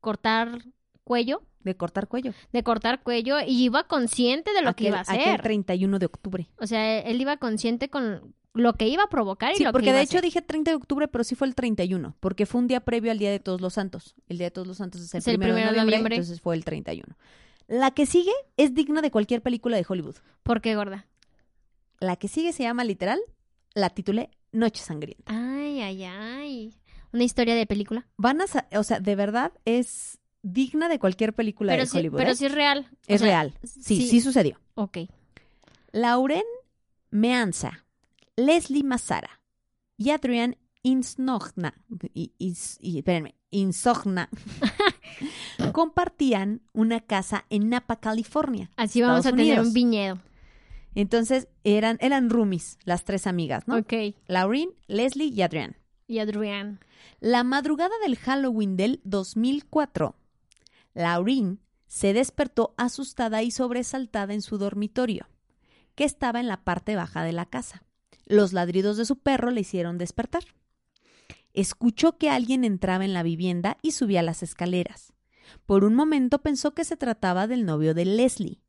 cortar cuello,
de cortar cuello.
de cortar cuello, y iba consciente de lo que
Aquel-
iba a
Aquel
hacer.
31 de octubre.
O sea, él iba consciente con lo que iba a provocar y
Sí,
lo que
porque
iba
de
a
hecho
hacer.
dije 30 de octubre, pero sí fue el 31, porque fue un día previo al Día de Todos los Santos. El Día de Todos los Santos es el, primero, de noviembre,
noviembre.
entonces fue el 31. La que sigue es digna de cualquier película de Hollywood.
¿Por qué, gorda?
La que sigue se llama literal, la titulé Noche Sangrienta.
Ay, ay, ay. Una historia de película.
Van a, sa- o sea, de verdad es digna de cualquier película
Pero
de
sí,
Hollywood.
pero
¿eh?
sí es real. O
es
sea,
real. Sí,
sí.
sí, sucedió.
Ok.
Lauren Meanza, Leslie Mazara y Adrián Insnogna, y- y- y- espérenme, Insogna, compartían una casa en Napa, California.
Así vamos
Estados
a tener
Unidos.
un viñedo.
Entonces eran, eran roomies, las tres amigas, ¿no?
Ok.
Lauren, Leslie y Adrián.
Y Adrián.
La madrugada del Halloween del 2004, Laurin se despertó asustada y sobresaltada en su dormitorio, que estaba en la parte baja de la casa. Los ladridos de su perro le hicieron despertar. Escuchó que alguien entraba en la vivienda y subía las escaleras. Por un momento pensó que se trataba del novio de Leslie,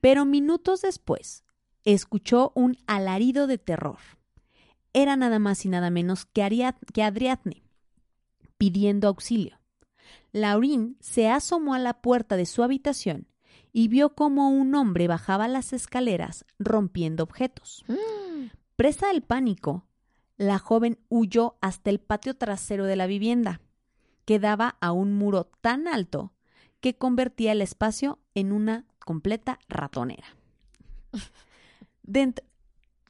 pero minutos después escuchó un alarido de terror. Era nada más y nada menos que, Ariad- que Adriadne, pidiendo auxilio. Laurín se asomó a la puerta de su habitación y vio cómo un hombre bajaba las escaleras rompiendo objetos. Mm. Presa del pánico, la joven huyó hasta el patio trasero de la vivienda, que daba a un muro tan alto que convertía el espacio en una completa ratonera. Dent-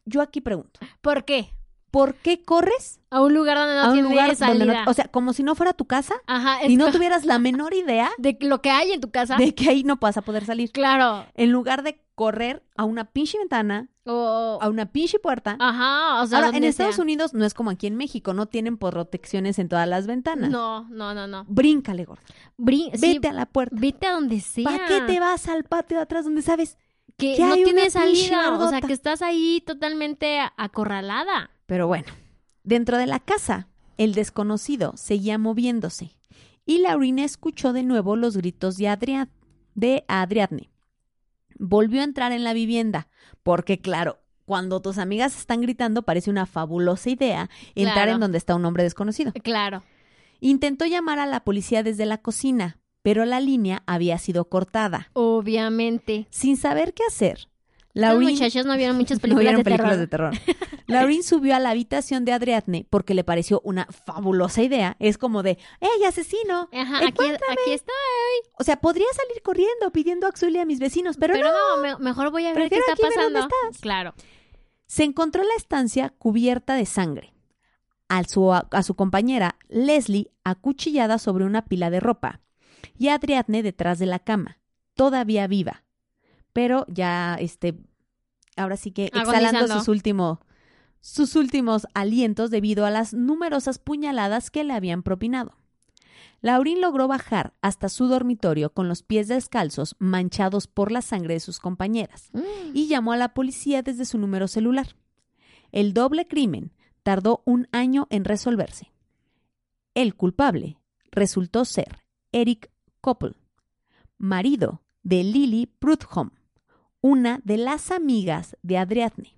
Yo aquí pregunto,
¿Por qué?
¿por qué corres
A un lugar donde no
a un
tiene
lugar
salida.
donde no- o sea, como si no fuera tu casa
Ajá, es
y no
co-
tuvieras la menor idea
de lo que hay en tu casa.
de que ahí no vas a poder salir.
Claro.
En lugar de correr a una pinche ventana,
O...
a una pinche puerta.
Ajá, Ah, o sea,
Ahora,
donde
en Estados
sea.
Unidos no es como aquí en México, no tienen protecciones en todas las ventanas.
No, no, no, no.
Bríncale, gorda.
Brin- sí,
Vete a la puerta.
vete a donde sea.
¿Para qué te vas al patio de atrás donde sabes?
Que
que
no
hay una
tiene
pinche
salida. O sea,
bardota?
que estás ahí totalmente acorralada.
Pero bueno, dentro de la casa, el desconocido seguía moviéndose y Laurina escuchó de nuevo los gritos de, Adria- de Adriadne. Volvió a entrar en la vivienda, porque claro, cuando tus amigas están gritando parece una fabulosa idea entrar
Claro.
en donde está un hombre desconocido.
Claro.
Intentó llamar a la policía desde la cocina, pero la línea había sido cortada.
Obviamente.
Sin saber qué hacer,
Los
Laurina
muchachos no vieron muchas
no
películas
vieron
de
películas
terror.
de terror. Laurin subió a la habitación de Adriadne porque le pareció una fabulosa idea. Es como de, ¡ey, asesino!
Ajá, aquí, aquí está.
O sea, podría salir corriendo pidiendo auxilio a mis vecinos, pero,
Pero
no.
no, me- mejor voy a ver qué
Prefiero
está
aquí ver
pasando.
dónde
Claro.
Se encontró la estancia cubierta de sangre. a su, a su compañera Leslie acuchillada sobre una pila de ropa y a Adriadne detrás de la cama, todavía viva, pero ya este, ahora sí que exhalando
Agonizando.
sus últimos sus últimos alientos debido a las numerosas puñaladas que le habían propinado. Laurín logró bajar hasta su dormitorio con los pies descalzos manchados por la sangre de sus compañeras
Mm.
y llamó a la policía desde su número celular. El doble crimen tardó un año en resolverse. El culpable resultó ser Eric Koppel, marido de Lily Prudhomme, una de las amigas de Adriadne.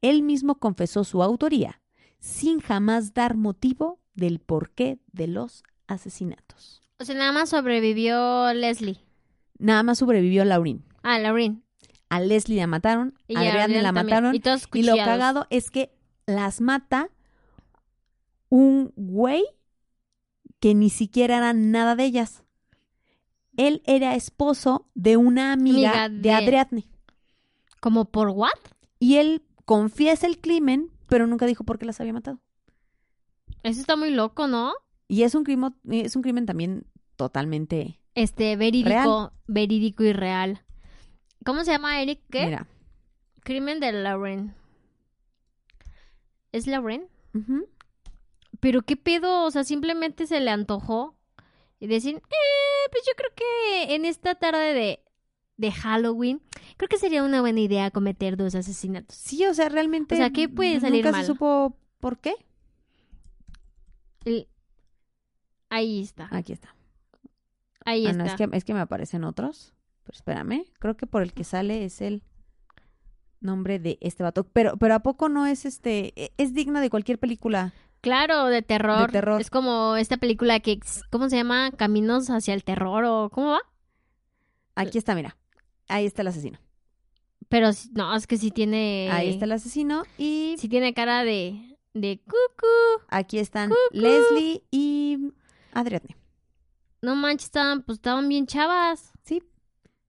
Él mismo confesó su autoría, sin jamás dar motivo del porqué de los asesinatos.
O sea, nada más sobrevivió Leslie.
Nada más sobrevivió Laurin.
Ah, Lauren.
A Leslie la mataron,
Y
a Adriadne
Adrián
la
también.
mataron
Y todos
Y lo
cuchillados.
cagado es que las mata un güey que ni siquiera era nada de ellas. Él era esposo de una amiga,
Amiga
de,
de-
Adriatne.
¿Como por what?
Y él confiesa el crimen, pero nunca dijo por qué las había matado.
Eso está muy loco, ¿no?
Y es un crimen, es un crimen también totalmente.
Este, verídico.
Real.
Verídico y real. ¿Cómo se llama Eric? ¿Qué?
Mira.
Crimen de Lauren. ¿Es Lauren?
Ujú.
Pero qué pedo, o sea, simplemente se le antojó y decir, eh, pues yo creo que en esta tarde de, de Halloween, creo que sería una buena idea cometer dos asesinatos.
Sí, o sea, realmente.
O sea, ¿qué puede salir
Nunca
mal?
se supo por qué.
El- Ahí está,
Aquí está.
ahí
Ah,
está.
no, es que, es que me aparecen otros. Pero espérame, creo que por el que sale es el nombre de este vato. Pero, pero ¿a poco no es este? e- Es digna de cualquier película.
Claro, de terror.
De terror.
Es como esta película que, ¿cómo se llama? Caminos hacia el terror o ¿cómo va?
Aquí está, mira. Ahí está el asesino.
Pero s- no, es que sí tiene...
Ahí está el asesino. Y
Sí tiene cara de... de cucú.
aquí están
Cucú.
Leslie y Adrienne.
No manches, estaban, pues estaban bien chavas.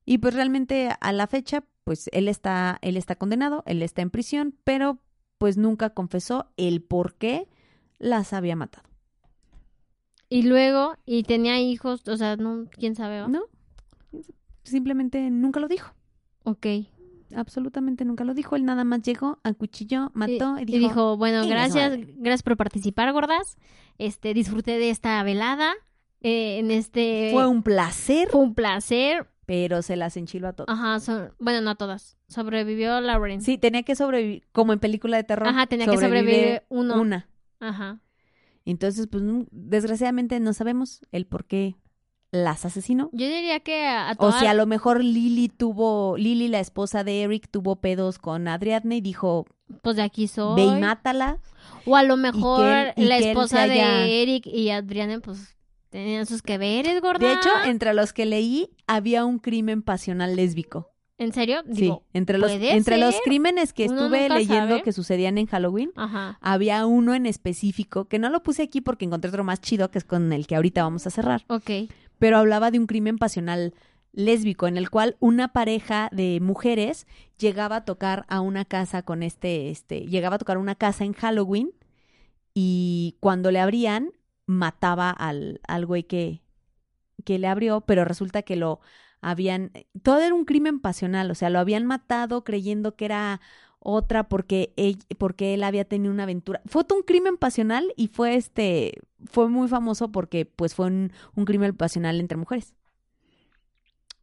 Y pues realmente a la fecha, pues él está, él está condenado, él está en prisión, pero pues nunca confesó el por qué las había matado.
Y luego, y tenía hijos, o sea, no, quién sabe, ¿va?
¿No? Simplemente nunca lo dijo.
Ok. Y-
absolutamente nunca lo dijo. Él nada más llegó, acuchilló, mató y,
y
dijo,
bueno,
"Chingue su
gracias,
madre".
gracias por participar, gordas. Este, disfruté de esta velada. eh, en este...
fue un placer,
fue un placer.
pero se las enchiló a todos.
Ajá, so- bueno, no a todas. Sobrevivió Lauren.
Sí, tenía que sobrevivir, como en película de terror.
Ajá, tenía que
sobrevive
sobrevivir uno.
Una.
Ajá.
Entonces, pues, nun- desgraciadamente no sabemos el por qué las asesinó.
Yo diría que a, a
O
todas...
si a lo mejor Lily tuvo, Lily, la esposa de Eric, tuvo pedos con Adriadne y dijo,
Pues de aquí soy.
ve y mátala.
O a lo mejor
y que él
la
se
esposa de
haya-
Eric y Adriana, pues, tenían sus que veres, gorda.
De hecho, entre los que leí, había un crimen pasional lésbico.
¿En serio? Digo,
sí, entre los,
puede
entre los
ser.
crímenes que
Uno
estuve
nunca
leyendo
sabe.
que sucedían en Halloween,
Ajá.
había uno en específico, que no lo puse aquí porque encontré otro más chido, que es con el que ahorita vamos a cerrar,
Ok.
pero hablaba de un crimen pasional lésbico, en el cual una pareja de mujeres llegaba a tocar a una casa con este, este, llegaba a tocar una casa en Halloween y cuando le abrían, mataba al, al güey que, que le abrió, pero resulta que lo habían, todo era un crimen pasional, o sea, lo habían matado creyendo que era otra porque él, porque él había tenido una aventura. Fue todo un crimen pasional y fue este, fue muy famoso porque pues fue un, un crimen pasional entre mujeres.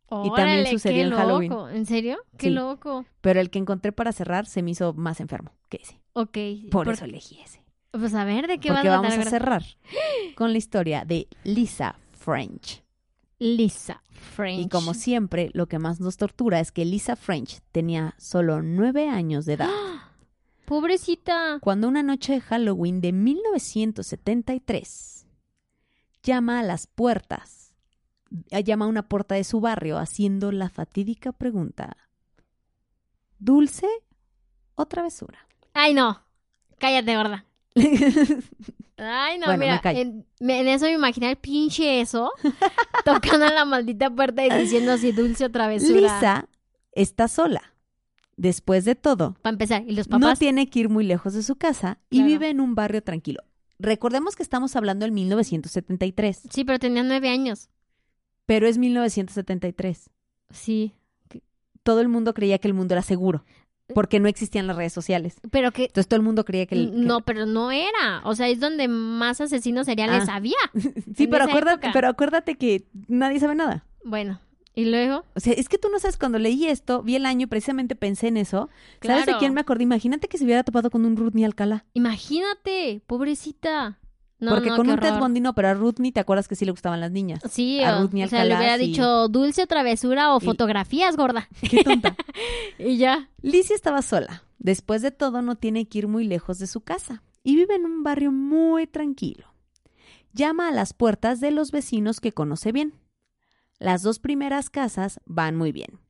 también
Órale,
sucedió
qué
en Halloween.
loco. ¿En serio? Qué
Sí.
loco.
Pero el que encontré para cerrar se me hizo más enfermo que ese.
Ok.
Por,
por-
eso elegí ese.
Pues a ver, ¿de qué vas
porque
a
vamos
tratar?
a cerrar con la historia de Lisa French.
Lisa French.
Y como siempre, lo que más nos tortura es que Lisa French tenía solo nueve años de edad.
Pobrecita.
cuando una noche de Halloween de 1973 llama a las puertas, eh, llama a una puerta de su barrio haciendo la fatídica pregunta, ¿dulce o travesura?
Ay, no. Cállate, gorda. Ay, no,
Bueno, me
mira.
callo.
en, me- en eso me imaginé el pinche eso. tocando a la maldita puerta y diciendo así dulce o travesura.
Lisa está sola. Después de todo,
Para empezar. ¿Y los
no
papás?
tiene que ir muy lejos de su casa y
Claro.
vive en un barrio tranquilo. Recordemos que estamos hablando del 1973,
Sí, pero tenía nueve años.
pero es 1973.
Sí.
Todo el mundo creía que el mundo era seguro,
Eh.
porque no existían las redes sociales.
Pero que.
Entonces todo el mundo creía que... El, que-
No, pero no era. O sea, es donde más asesinos seriales
Ah.
había.
sí,
en
pero
esa
acuérdate,
época.
pero acuérdate que nadie sabe nada.
Bueno, y luego.
O sea, es que tú no sabes, cuando leí esto, vi el año y precisamente pensé en eso. ¿Sabes de
Claro.
quién me acordé? Imagínate que se hubiera topado con un Rudney Alcalá.
Imagínate, pobrecita. No,
Porque
no,
con
qué
un Ted
horror.
Bundy no, pero a Rudney te acuerdas que sí le gustaban las niñas.
Sí,
a
o,
Ruth ni
o sea, le
Alcalá,
hubiera
sí.
dicho dulce o travesura o
Y-
fotografías, gorda.
Qué tonta.
Y ya.
Lizzie estaba sola. Después de todo, no tiene que ir muy lejos de su casa y vive en un barrio muy tranquilo. Llama a las puertas de los vecinos que conoce bien. Las dos primeras casas van muy bien.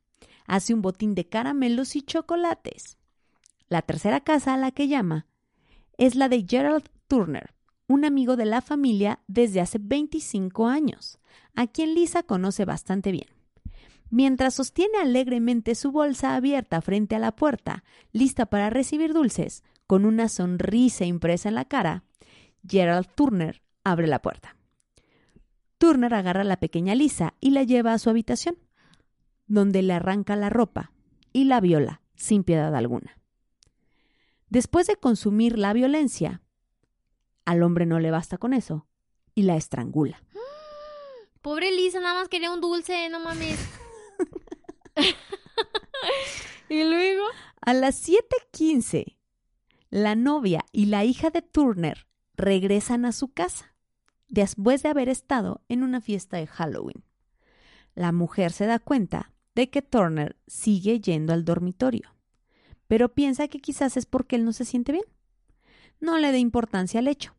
Hace un botín de caramelos y chocolates. La tercera casa a la que llama es la de Gerald Turner, un amigo de la familia desde hace 25 años, a quien Lisa conoce bastante bien. Mientras sostiene alegremente su bolsa abierta frente a la puerta, lista para recibir dulces, con una sonrisa impresa en la cara, Gerald Turner abre la puerta. Turner agarra a la pequeña Lisa y la lleva a su habitación, donde le arranca la ropa y la viola sin piedad alguna. Después de consumir la violencia, al hombre no le basta con eso y la estrangula.
Pobre Lisa, nada más quería un dulce, no mames. y luego.
A las 7:15, la novia y la hija de Turner regresan a su casa, después de haber estado en una fiesta de Halloween. La mujer se da cuenta de que Turner sigue yendo al dormitorio, pero piensa que quizás es porque él no se siente bien. No le da importancia al hecho.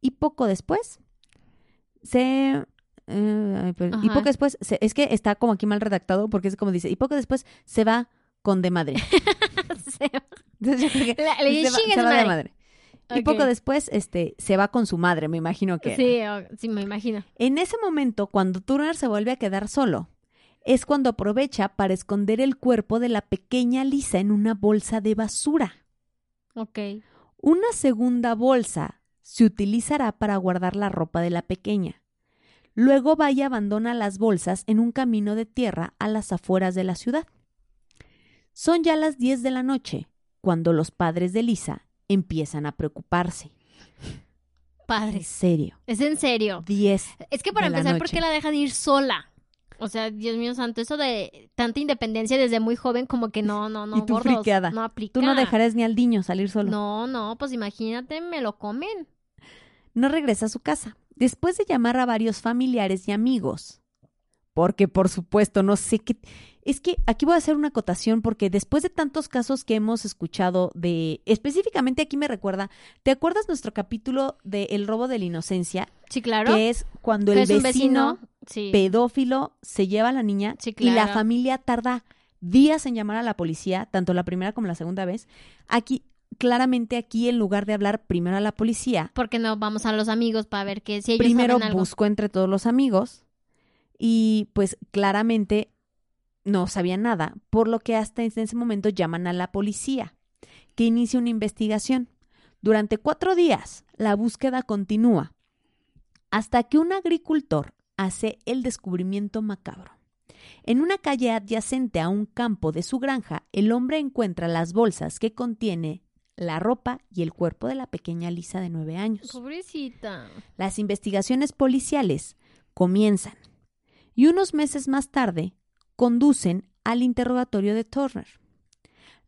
Y poco después, se... eh, pero- y
Ajá.
poco después, se- es que está como aquí mal redactado porque es como dice, y poco después se va con de madre.
se-
Entonces yo creo que
la- le
se
dije,
va,
"Chingue
se
su
va de
madre".
madre. Y
Ok.
poco después este, se va con su madre, me imagino que. era.
Sí, o- sí, me imagino.
En ese momento, cuando Turner se vuelve a quedar solo, es cuando aprovecha para esconder el cuerpo de la pequeña Lisa en una bolsa de basura.
Ok.
Una segunda bolsa se utilizará para guardar la ropa de la pequeña. Luego va y abandona las bolsas en un camino de tierra a las afueras de la ciudad. Son ya las 10 de la noche cuando los padres de Lisa empiezan a preocuparse. En
Padres.
serio.
Es en serio.
10.
Es que para
de la
empezar, ¿por
noche.
qué la dejan ir sola? O sea, Dios mío santo, eso de tanta independencia desde muy joven, como que no, no, no,
Y tú
gordos,
friqueada.
no aplica.
Tú no dejarás ni al niño salir solo. No.
No, no, pues imagínate, me lo comen.
regresa a su casa. Después de llamar a varios familiares y amigos, porque por supuesto no sé qué... Es que aquí voy a hacer una acotación porque después de tantos casos que hemos escuchado de... Específicamente aquí me recuerda, ¿te acuerdas nuestro capítulo de El robo de la inocencia?
Sí, claro.
Que es cuando
Que
el
es un
vecino,
Sí.
pedófilo se lleva a la niña
Sí,
y la
claro.
familia tarda días en llamar a la policía, tanto la primera como la segunda vez. Aquí, claramente aquí, en lugar de hablar primero a la policía,
Porque no vamos a los amigos para ver que si ellos
primero
saben algo.
buscó entre todos los amigos y pues claramente no sabía nada, por lo que hasta en ese momento llaman a la policía, que inicia una investigación. Durante cuatro días la búsqueda continúa hasta que un agricultor hace el descubrimiento macabro. En una calle adyacente a un campo de su granja, el hombre encuentra las bolsas que contiene la ropa y el cuerpo de la pequeña Lisa de nueve años.
Pobrecita.
Las investigaciones policiales comienzan y unos meses más tarde conducen al interrogatorio de Turner.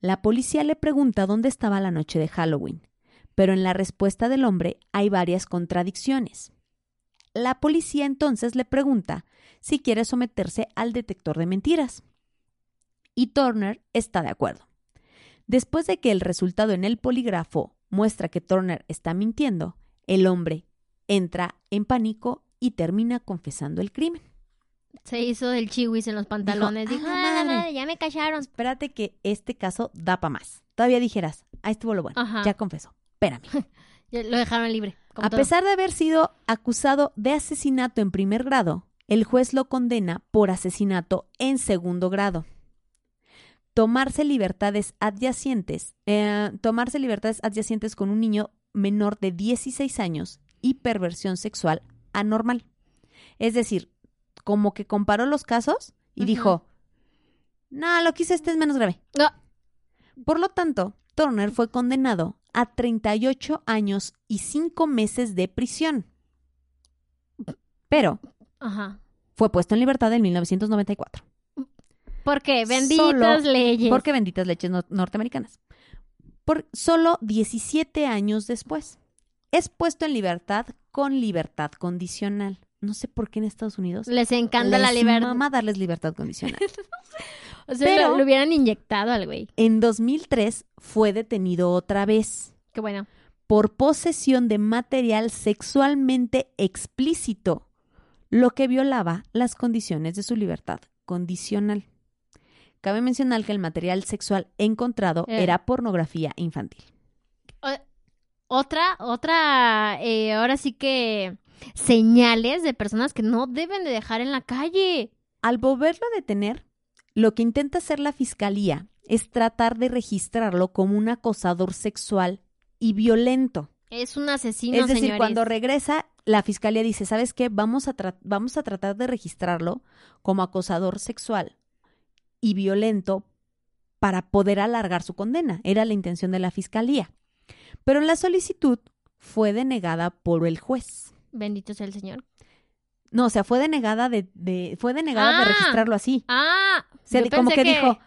La policía le pregunta dónde estaba la noche de Halloween, pero en la respuesta del hombre hay varias contradicciones. La policía entonces le pregunta si quiere someterse al detector de mentiras. Y Turner está de acuerdo. Después de que el resultado en el polígrafo muestra que Turner está mintiendo, el hombre entra en pánico y termina confesando el crimen.
Se hizo el chiwis en los pantalones.
"Ah,
Dijo, ah,
madre".
madre, ya me callaron.
Espérate que este caso da para más. Todavía dijeras, ahí estuvo lo bueno,
Ajá.
ya confesó. Espérame.
Ya Lo dejaron libre. como
A
todo.
pesar de haber sido acusado de asesinato en primer grado, el juez lo condena por asesinato en segundo grado. Tomarse libertades adyacentes, eh, tomarse libertades adyacentes con un niño menor de 16 años y perversión sexual anormal. Es decir, como que comparó los casos y
Ujú.
dijo, no, lo que hice este es menos grave.
No.
Por lo tanto, Turner fue condenado a 38 años y 5 meses de prisión. Pero
Ajá.
fue puesto en libertad en 1994.
Porque benditas
Solo
leyes.
Porque benditas leches no- norteamericanas. Por solo 17 años después. Es puesto en libertad con libertad condicional. No sé por qué en Estados Unidos.
les encanta la
les
libertad.
mama darles libertad condicional.
O sea,
Pero-
lo, lo hubieran inyectado al güey.
En 2003 fue detenido otra vez
Qué bueno.
por posesión de material sexualmente explícito, lo que violaba las condiciones de su libertad condicional. Cabe mencionar que el material sexual encontrado
Eh.
era pornografía infantil.
Otra, otra, eh, ahora sí que señales de personas que no deben de dejar en la calle.
Al volverlo a detener, lo que intenta hacer la fiscalía es tratar de registrarlo como un acosador sexual y violento.
Es un asesino,
es decir,
señores.
cuando regresa, la fiscalía dice, ¿sabes qué? Vamos a, tra- vamos a tratar de registrarlo como acosador sexual y violento para poder alargar su condena. Era la intención de la fiscalía. Pero la solicitud fue denegada por el juez.
Bendito sea el señor.
No, o sea, fue denegada de, de- fue denegada
Ah.
de registrarlo así.
Ah,
O sea,
yo
de- como
pensé
que, dijo,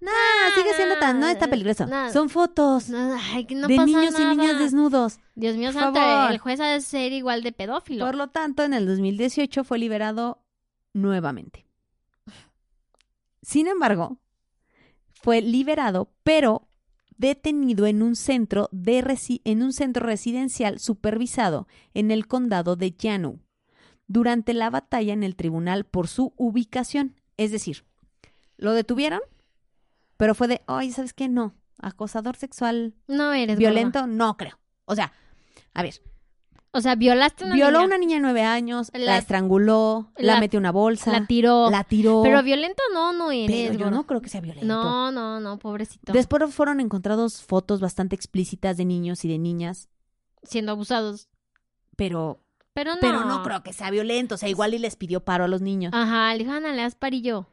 no, sigue siendo tan, no
no,
es tan peligroso.
no.
Son fotos
No, ay, que no
de
pasa
niños
nada.
y niñas desnudos.
Dios mío
Por
santo,
favor.
el juez ha de ser igual de pedófilo.
Por lo tanto, en el 2018 fue liberado nuevamente. Sin embargo, fue liberado, pero detenido en un centro de resi- en un centro residencial supervisado en el condado de Yanu durante la batalla en el tribunal por su ubicación, es decir, lo detuvieron, pero fue de, "Ay, ¿sabes qué? No, acosador sexual
No eres gorda.
violento, no creo." O sea, a ver,
O sea, violaste a una
Violó a
niña,
una niña de nueve años, la,
La-
estranguló, la,
la-
metió en una bolsa,
la tiró.
la tiró.
Pero violento no, no
pero
eres.
yo
gorda.
no creo que sea violento.
no, no, no, pobrecito.
Después fueron encontrados fotos bastante explícitas de niños y de niñas,
Siendo abusados.
pero,
Pero no. Ah.
pero no creo que sea violento. O sea, igual y les pidió paro a los niños.
Ajá, le dijo, ándale, haz parillo.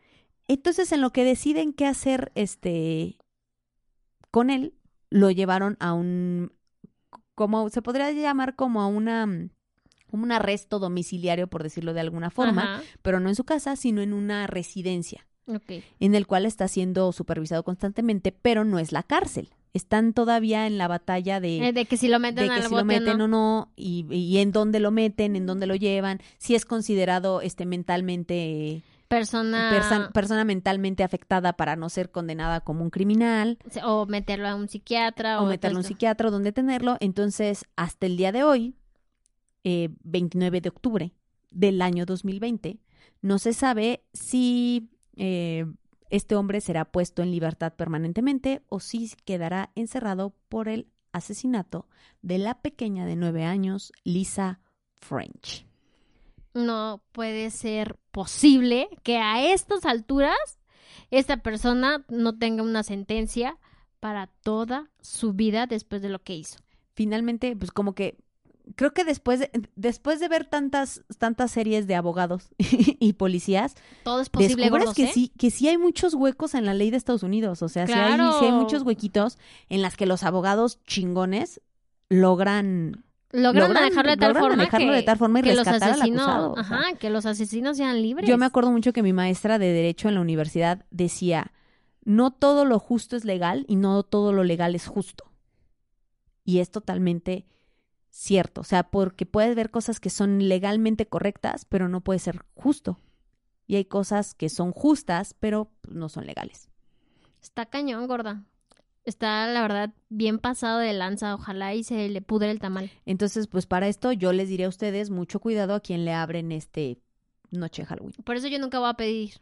Entonces, en lo que deciden qué hacer este con él, lo llevaron a un como se podría llamar como a una como un arresto domiciliario, por decirlo de alguna forma,
Ajá.
pero no en su casa, sino en una residencia.
Ok.
en el cual está siendo supervisado constantemente, pero no es la cárcel. Están todavía en la batalla
Eh,
de,
de que si lo
de
meten
que
al
si
bote
lo meten
no.
o no, y, y en dónde lo meten, en dónde lo llevan, si es considerado este mentalmente
Persona.
persa- persona mentalmente afectada para no ser condenada como un criminal
O meterlo a un psiquiatra.
o meterlo a un
todo esto.
psiquiatra o dónde tenerlo. Entonces, hasta el día de hoy, eh, 29 de octubre del año 2020, no se sabe si eh, este hombre será puesto en libertad permanentemente o si quedará encerrado por el asesinato de la pequeña de nueve años, Lisa French.
No puede ser posible que a estas alturas esta persona no tenga una sentencia para toda su vida después de lo que hizo.
Finalmente, pues como que creo que después de, después de ver tantas tantas series de abogados y policías,
Todo es posible,
descubres
gordos,
que
¿eh?
sí que sí hay muchos huecos en la ley de Estados Unidos o sea sí hay- sí hay,
Claro.
muchos huequitos en las que los abogados chingones logran
Logran,
logran-
manejarlo de tal
logran
forma
manejarlo
que,
de tal forma y
que los
rescatar al
asesinos,
acusado, o sea.
ajá, que los asesinos sean libres.
yo me acuerdo mucho que mi maestra de derecho en la universidad decía no todo lo justo es legal y no todo lo legal es justo y es totalmente cierto o sea porque puedes ver cosas que son legalmente correctas pero no puede ser justo y hay cosas que son justas pero pues, no son legales
Está cañón, gorda. Está, la verdad, bien pasado de lanza. Ojalá y se le pudre el tamal.
Entonces, pues para esto yo les diré a ustedes mucho cuidado a quien le abren este noche de Halloween.
Por eso yo nunca voy a pedir.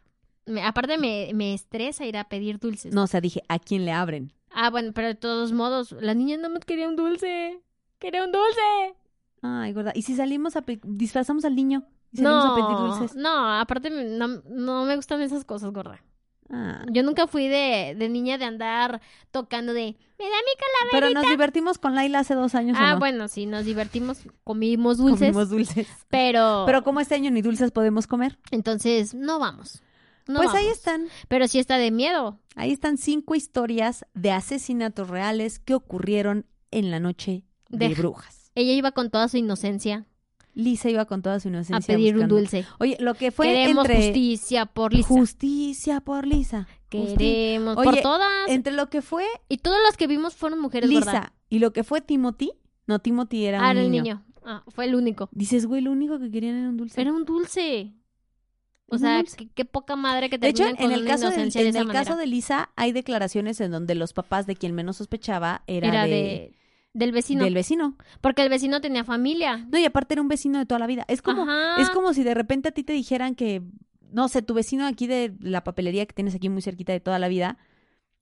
Me- aparte, me, me estresa ir a pedir dulces.
No, o sea, dije a quien le abren.
Ah, bueno, pero de todos modos, la niña no me quería un dulce. Quería un dulce.
Ay, gorda. ¿Y si salimos a pe- disfrazamos al niño? Y salimos
No,
a pedir dulces.
no, aparte me- no, no me gustan esas cosas, gorda.
Ah,
Yo nunca fui de, de niña de andar tocando de, me da mi calavera.
pero nos divertimos con Laila hace dos años. ¿o
Ah,
no?
bueno, sí, nos divertimos, comimos dulces,
Comimos dulces.
pero,
Pero como este año ni dulces podemos comer,
entonces no vamos. No
pues ahí
vamos.
están.
Pero sí está de miedo.
Ahí están cinco historias de asesinatos reales que ocurrieron en la noche de,
Deja.
brujas.
Ella iba con toda su inocencia
Lisa iba con toda su inocencia
a pedir un
buscando-
dulce.
Oye, lo que fue
Queremos
entre
justicia por Lisa.
Justicia por Lisa. Justi-
Queremos
Oye,
por todas.
Entre lo que fue
Y todas las que vimos fueron mujeres,
Lisa
¿verdad?
y lo que fue Timothy, no Timothy era un
Ah, era
niño.
el niño. Ah, fue el único.
Dices, güey, lo único que querían era un dulce.
Era un dulce. O
Un
sea,
dulce.
qué, qué poca madre que
de hecho,
terminan
en
con
el
una
caso de,
inocencia de
en
esa
el caso
manera.
de Lisa hay declaraciones en donde los papás de quien menos sospechaba era,
Era
de,
de... Del vecino.
del vecino.
Porque el vecino tenía familia.
No, y aparte era un vecino de toda la vida. Es como
Ajá.
Es como si de repente a ti te dijeran que, no sé, tu vecino aquí de la papelería que tienes aquí muy cerquita de toda la vida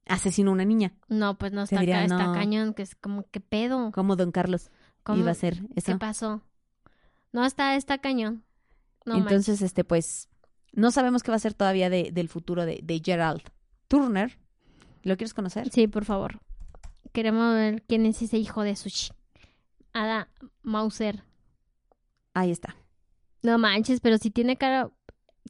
asesinó a una niña,
No, pues no,
Te
está,
diría,
ca- está
no.
cañón, que es como, ¿qué pedo?
como don Carlos
¿Cómo?
iba a ser
¿Qué
eso.
pasó? No, está, está cañón. No, manches.
Entonces, este, pues, no sabemos qué va a ser todavía de- del futuro de, de Gerald Turner. ¿Lo quieres conocer?
Sí, por favor. Queremos ver quién es ese hijo de sushi. Ada Mauser.
Ahí está.
No manches, pero si tiene cara.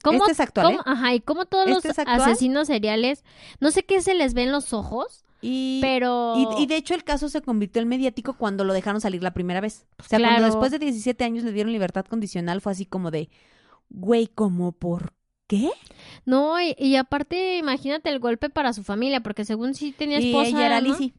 ¿Cómo,
este es actual,
cómo-
¿eh?
Ajá, y como todos
Este
los
es actual.
asesinos seriales, no sé qué se les ve en los ojos,
Y,
pero.
y- y de hecho el caso se convirtió en mediático cuando lo dejaron salir la primera vez. O sea,
claro.
cuando después de 17 años le dieron libertad condicional fue así como de, güey, ¿cómo por qué?
No, y, y aparte, imagínate el golpe para su familia, porque según sí tenía
Y
esposa.
ella era
¿no?
Lizzie.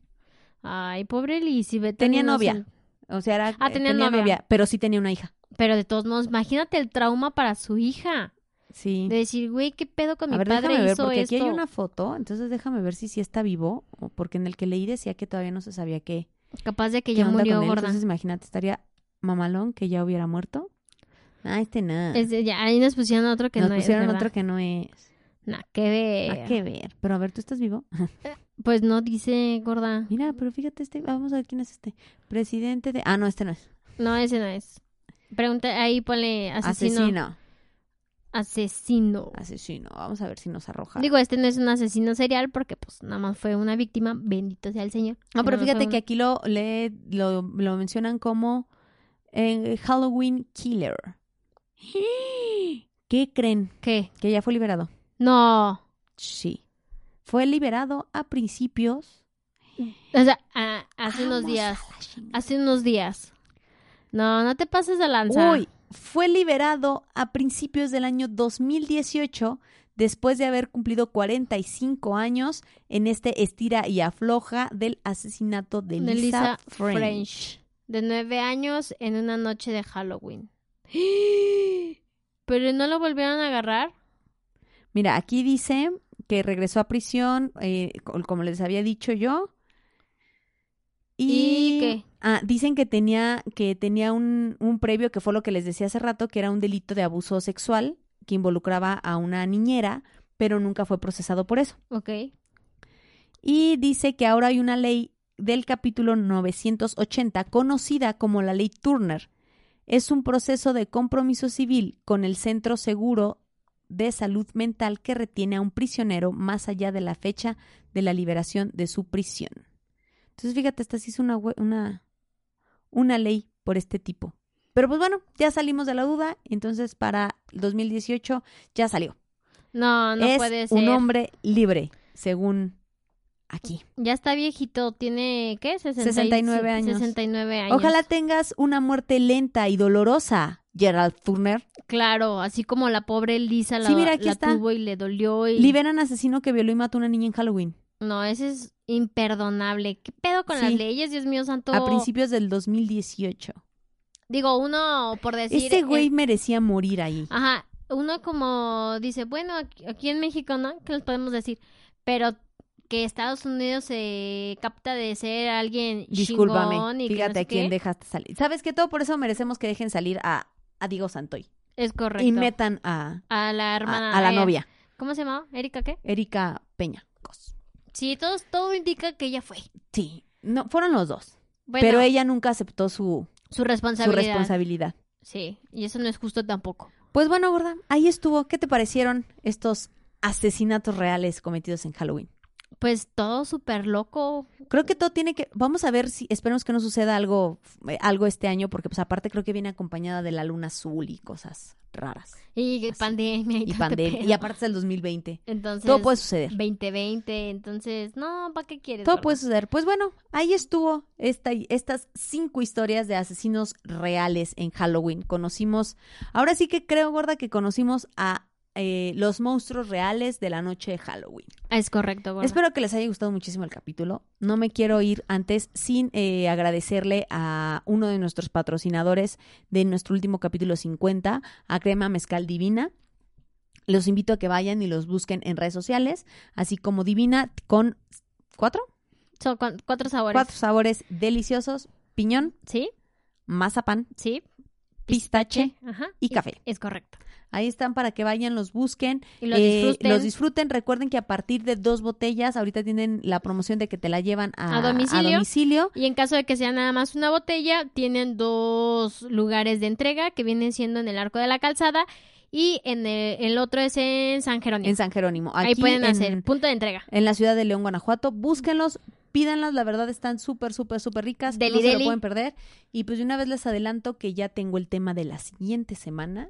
Ay, pobre Lizzie. ve tan
Tenía novia.
inocente.
O sea, era,
Ah,
eh,
tenía
tenía,
novia.
novia. pero sí tenía una hija.
Pero de todos modos, imagínate el trauma para su hija.
Sí.
De decir, güey, ¿qué pedo
a
con mi
ver,
padre
déjame ver,
hizo
porque
esto?
aquí hay una foto, entonces déjame ver si sí está vivo, o porque en el que leí decía que todavía no se sabía qué,
Capaz de que
qué
ya
onda
murió
con él.
gorda.
Entonces imagínate, estaría mamalón que ya hubiera muerto. Ah, este nada.
Es de- ya, ahí nos pusieron otro que
Nos
no
pusieron
es. ¿verdad?
otro que no es.
Nah, qué ve.
Hay que ver. Pero a ver, ¿tú estás vivo?
Pues no dice gorda.
Mira, pero fíjate este, vamos a ver quién es este. Presidente de... Ah, no, este no es.
No, ese no es. Pregunta, ahí ponle asesino. Asesino.
Asesino. Asesino. Vamos a ver si nos arroja.
Digo, este no es un asesino serial porque pues nada más fue una víctima, bendito sea el Señor.
No, pero
nada más
fíjate
fue
que
un-
aquí lo, le, lo, lo mencionan como eh, Halloween Killer. ¿Qué creen?
¿Qué?
Que ya fue liberado.
No.
Sí. Fue liberado a principios.
O sea, a- hace unos
Vamos
días.
a la chingada.
Hace unos días. No, no te pases de lanza.
Uy, fue liberado a principios del año 2018 después de haber cumplido 45 años en este estira y afloja del asesinato de,
de
Lisa,
Lisa
French.
French. De nueve años en una noche de Halloween. Pero no lo volvieron a agarrar.
Mira, aquí dice que regresó a prisión, eh, co- como les había dicho yo.
¿Y
Y,
qué?
Ah, dicen que tenía, que tenía un, un previo, que fue lo que les decía hace rato, que era un delito de abuso sexual que involucraba a una niñera, pero nunca fue procesado por eso.
Ok.
Y dice que ahora hay una ley del capítulo 980, conocida como la ley Turner. Es un proceso de compromiso civil con el Centro Seguro de Salud Mental que retiene a un prisionero más allá de la fecha de la liberación de su prisión. Entonces, fíjate, esta sí es una, hue- una, una ley por este tipo. Pero pues bueno, ya salimos de la duda, entonces para el 2018 ya salió.
No, no
es
puede ser.
un hombre libre, según aquí.
Ya está viejito, tiene, ¿qué?
69 años.
69 años.
Ojalá tengas una muerte lenta y dolorosa, Gerald Turner.
Claro, así como la pobre Lisa la,
Sí, mira, aquí
la
está.
tuvo y le dolió. Y...
Liberan asesino que violó y mató a una niña en Halloween
No, ese es imperdonable. ¿Qué pedo con
Sí.
las leyes, Dios mío santo?
a principios del 2018.
Digo, uno por decir...
Este güey
eh, Ah,
merecía morir ahí.
ajá, uno como dice, bueno, aquí, aquí en México, ¿no? ¿Qué les podemos decir? Pero que Estados Unidos se capta de ser alguien chingón
Discúlpame.
y que no
Fíjate
sé
a quién
qué.
dejaste salir. ¿Sabes que Todo por eso merecemos que dejen salir a, a Diego Santoy.
Es correcto.
Y metan a,
A la hermana...
a, a la
eh,
novia,
¿Cómo se llamaba? ¿Erika qué?
Erika Peña.
Sí, todo, todo indica que ella fue.
Sí. No, fueron los dos.
Bueno,
pero ella nunca aceptó su,
su
su
responsabilidad.
responsabilidad.
Sí, y eso no es justo tampoco.
Pues bueno, gorda, ahí estuvo. ¿Qué te parecieron estos asesinatos reales cometidos en Halloween.
Pues todo súper loco.
Creo que todo tiene que, vamos a ver si, esperemos que no suceda algo, eh, algo este año, porque pues aparte creo que viene acompañada de la luna azul y cosas raras.
Y
Así.
pandemia y,
Y
todo
pandemia,
este
y
pedo.
aparte es el 2020.
Entonces,
Todo puede suceder.
2020, entonces, no, ¿para qué quieres?
Todo
gordo?
puede suceder. Pues bueno, ahí estuvo esta, estas cinco historias de asesinos reales en Halloween. Conocimos, ahora sí que creo, gorda, que conocimos a eh, los monstruos reales de la noche de Halloween.
Es correcto, gordo.
Espero que les haya gustado muchísimo el capítulo. No me quiero ir antes sin eh, agradecerle a uno de nuestros patrocinadores de nuestro último capítulo 50, a Crema Mezcal Divina. Los invito a que vayan y los busquen en redes sociales, así como Divina con cuatro
Son cu- cuatro sabores.
cuatro sabores deliciosos: piñón,
Sí,
mazapán,
sí,
pistache
ajá.
y café.
Es correcto.
Ahí están para que vayan, los busquen,
Y los
eh,
disfruten.
los disfruten. Recuerden que a partir de dos botellas, ahorita tienen la promoción de que te la llevan a,
A domicilio.
domicilio.
Y en caso de que sea nada más una botella, tienen dos lugares de entrega que vienen siendo en el Arco de la Calzada y en el, el otro es en San Jerónimo.
en San Jerónimo. Aquí
Ahí pueden
en,
hacer punto de entrega.
en la ciudad de León, Guanajuato. Búsquenlos, pídanlas, la verdad están súper, súper, súper ricas.
Deli,
no se
deli.
lo pueden perder. Y pues de una vez les adelanto que ya tengo el tema de la siguiente semana.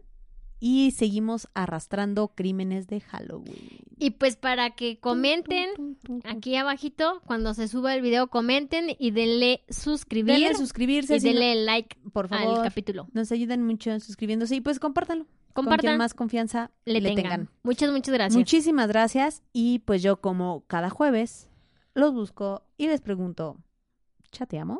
Y seguimos arrastrando crímenes de Halloween.
Y pues para que comenten aquí abajito, cuando se suba el video, comenten y denle suscribir
Denle suscribirse,
y
si no-
denle like
por
al
favor.
capítulo.
Nos ayudan mucho suscribiéndose y pues compártanlo. Con quien
Compartan,
más confianza
le, tengan. Muchas, muchas gracias.
Muchísimas gracias. Y pues yo, como cada jueves, los busco y les pregunto: ¿chateamos?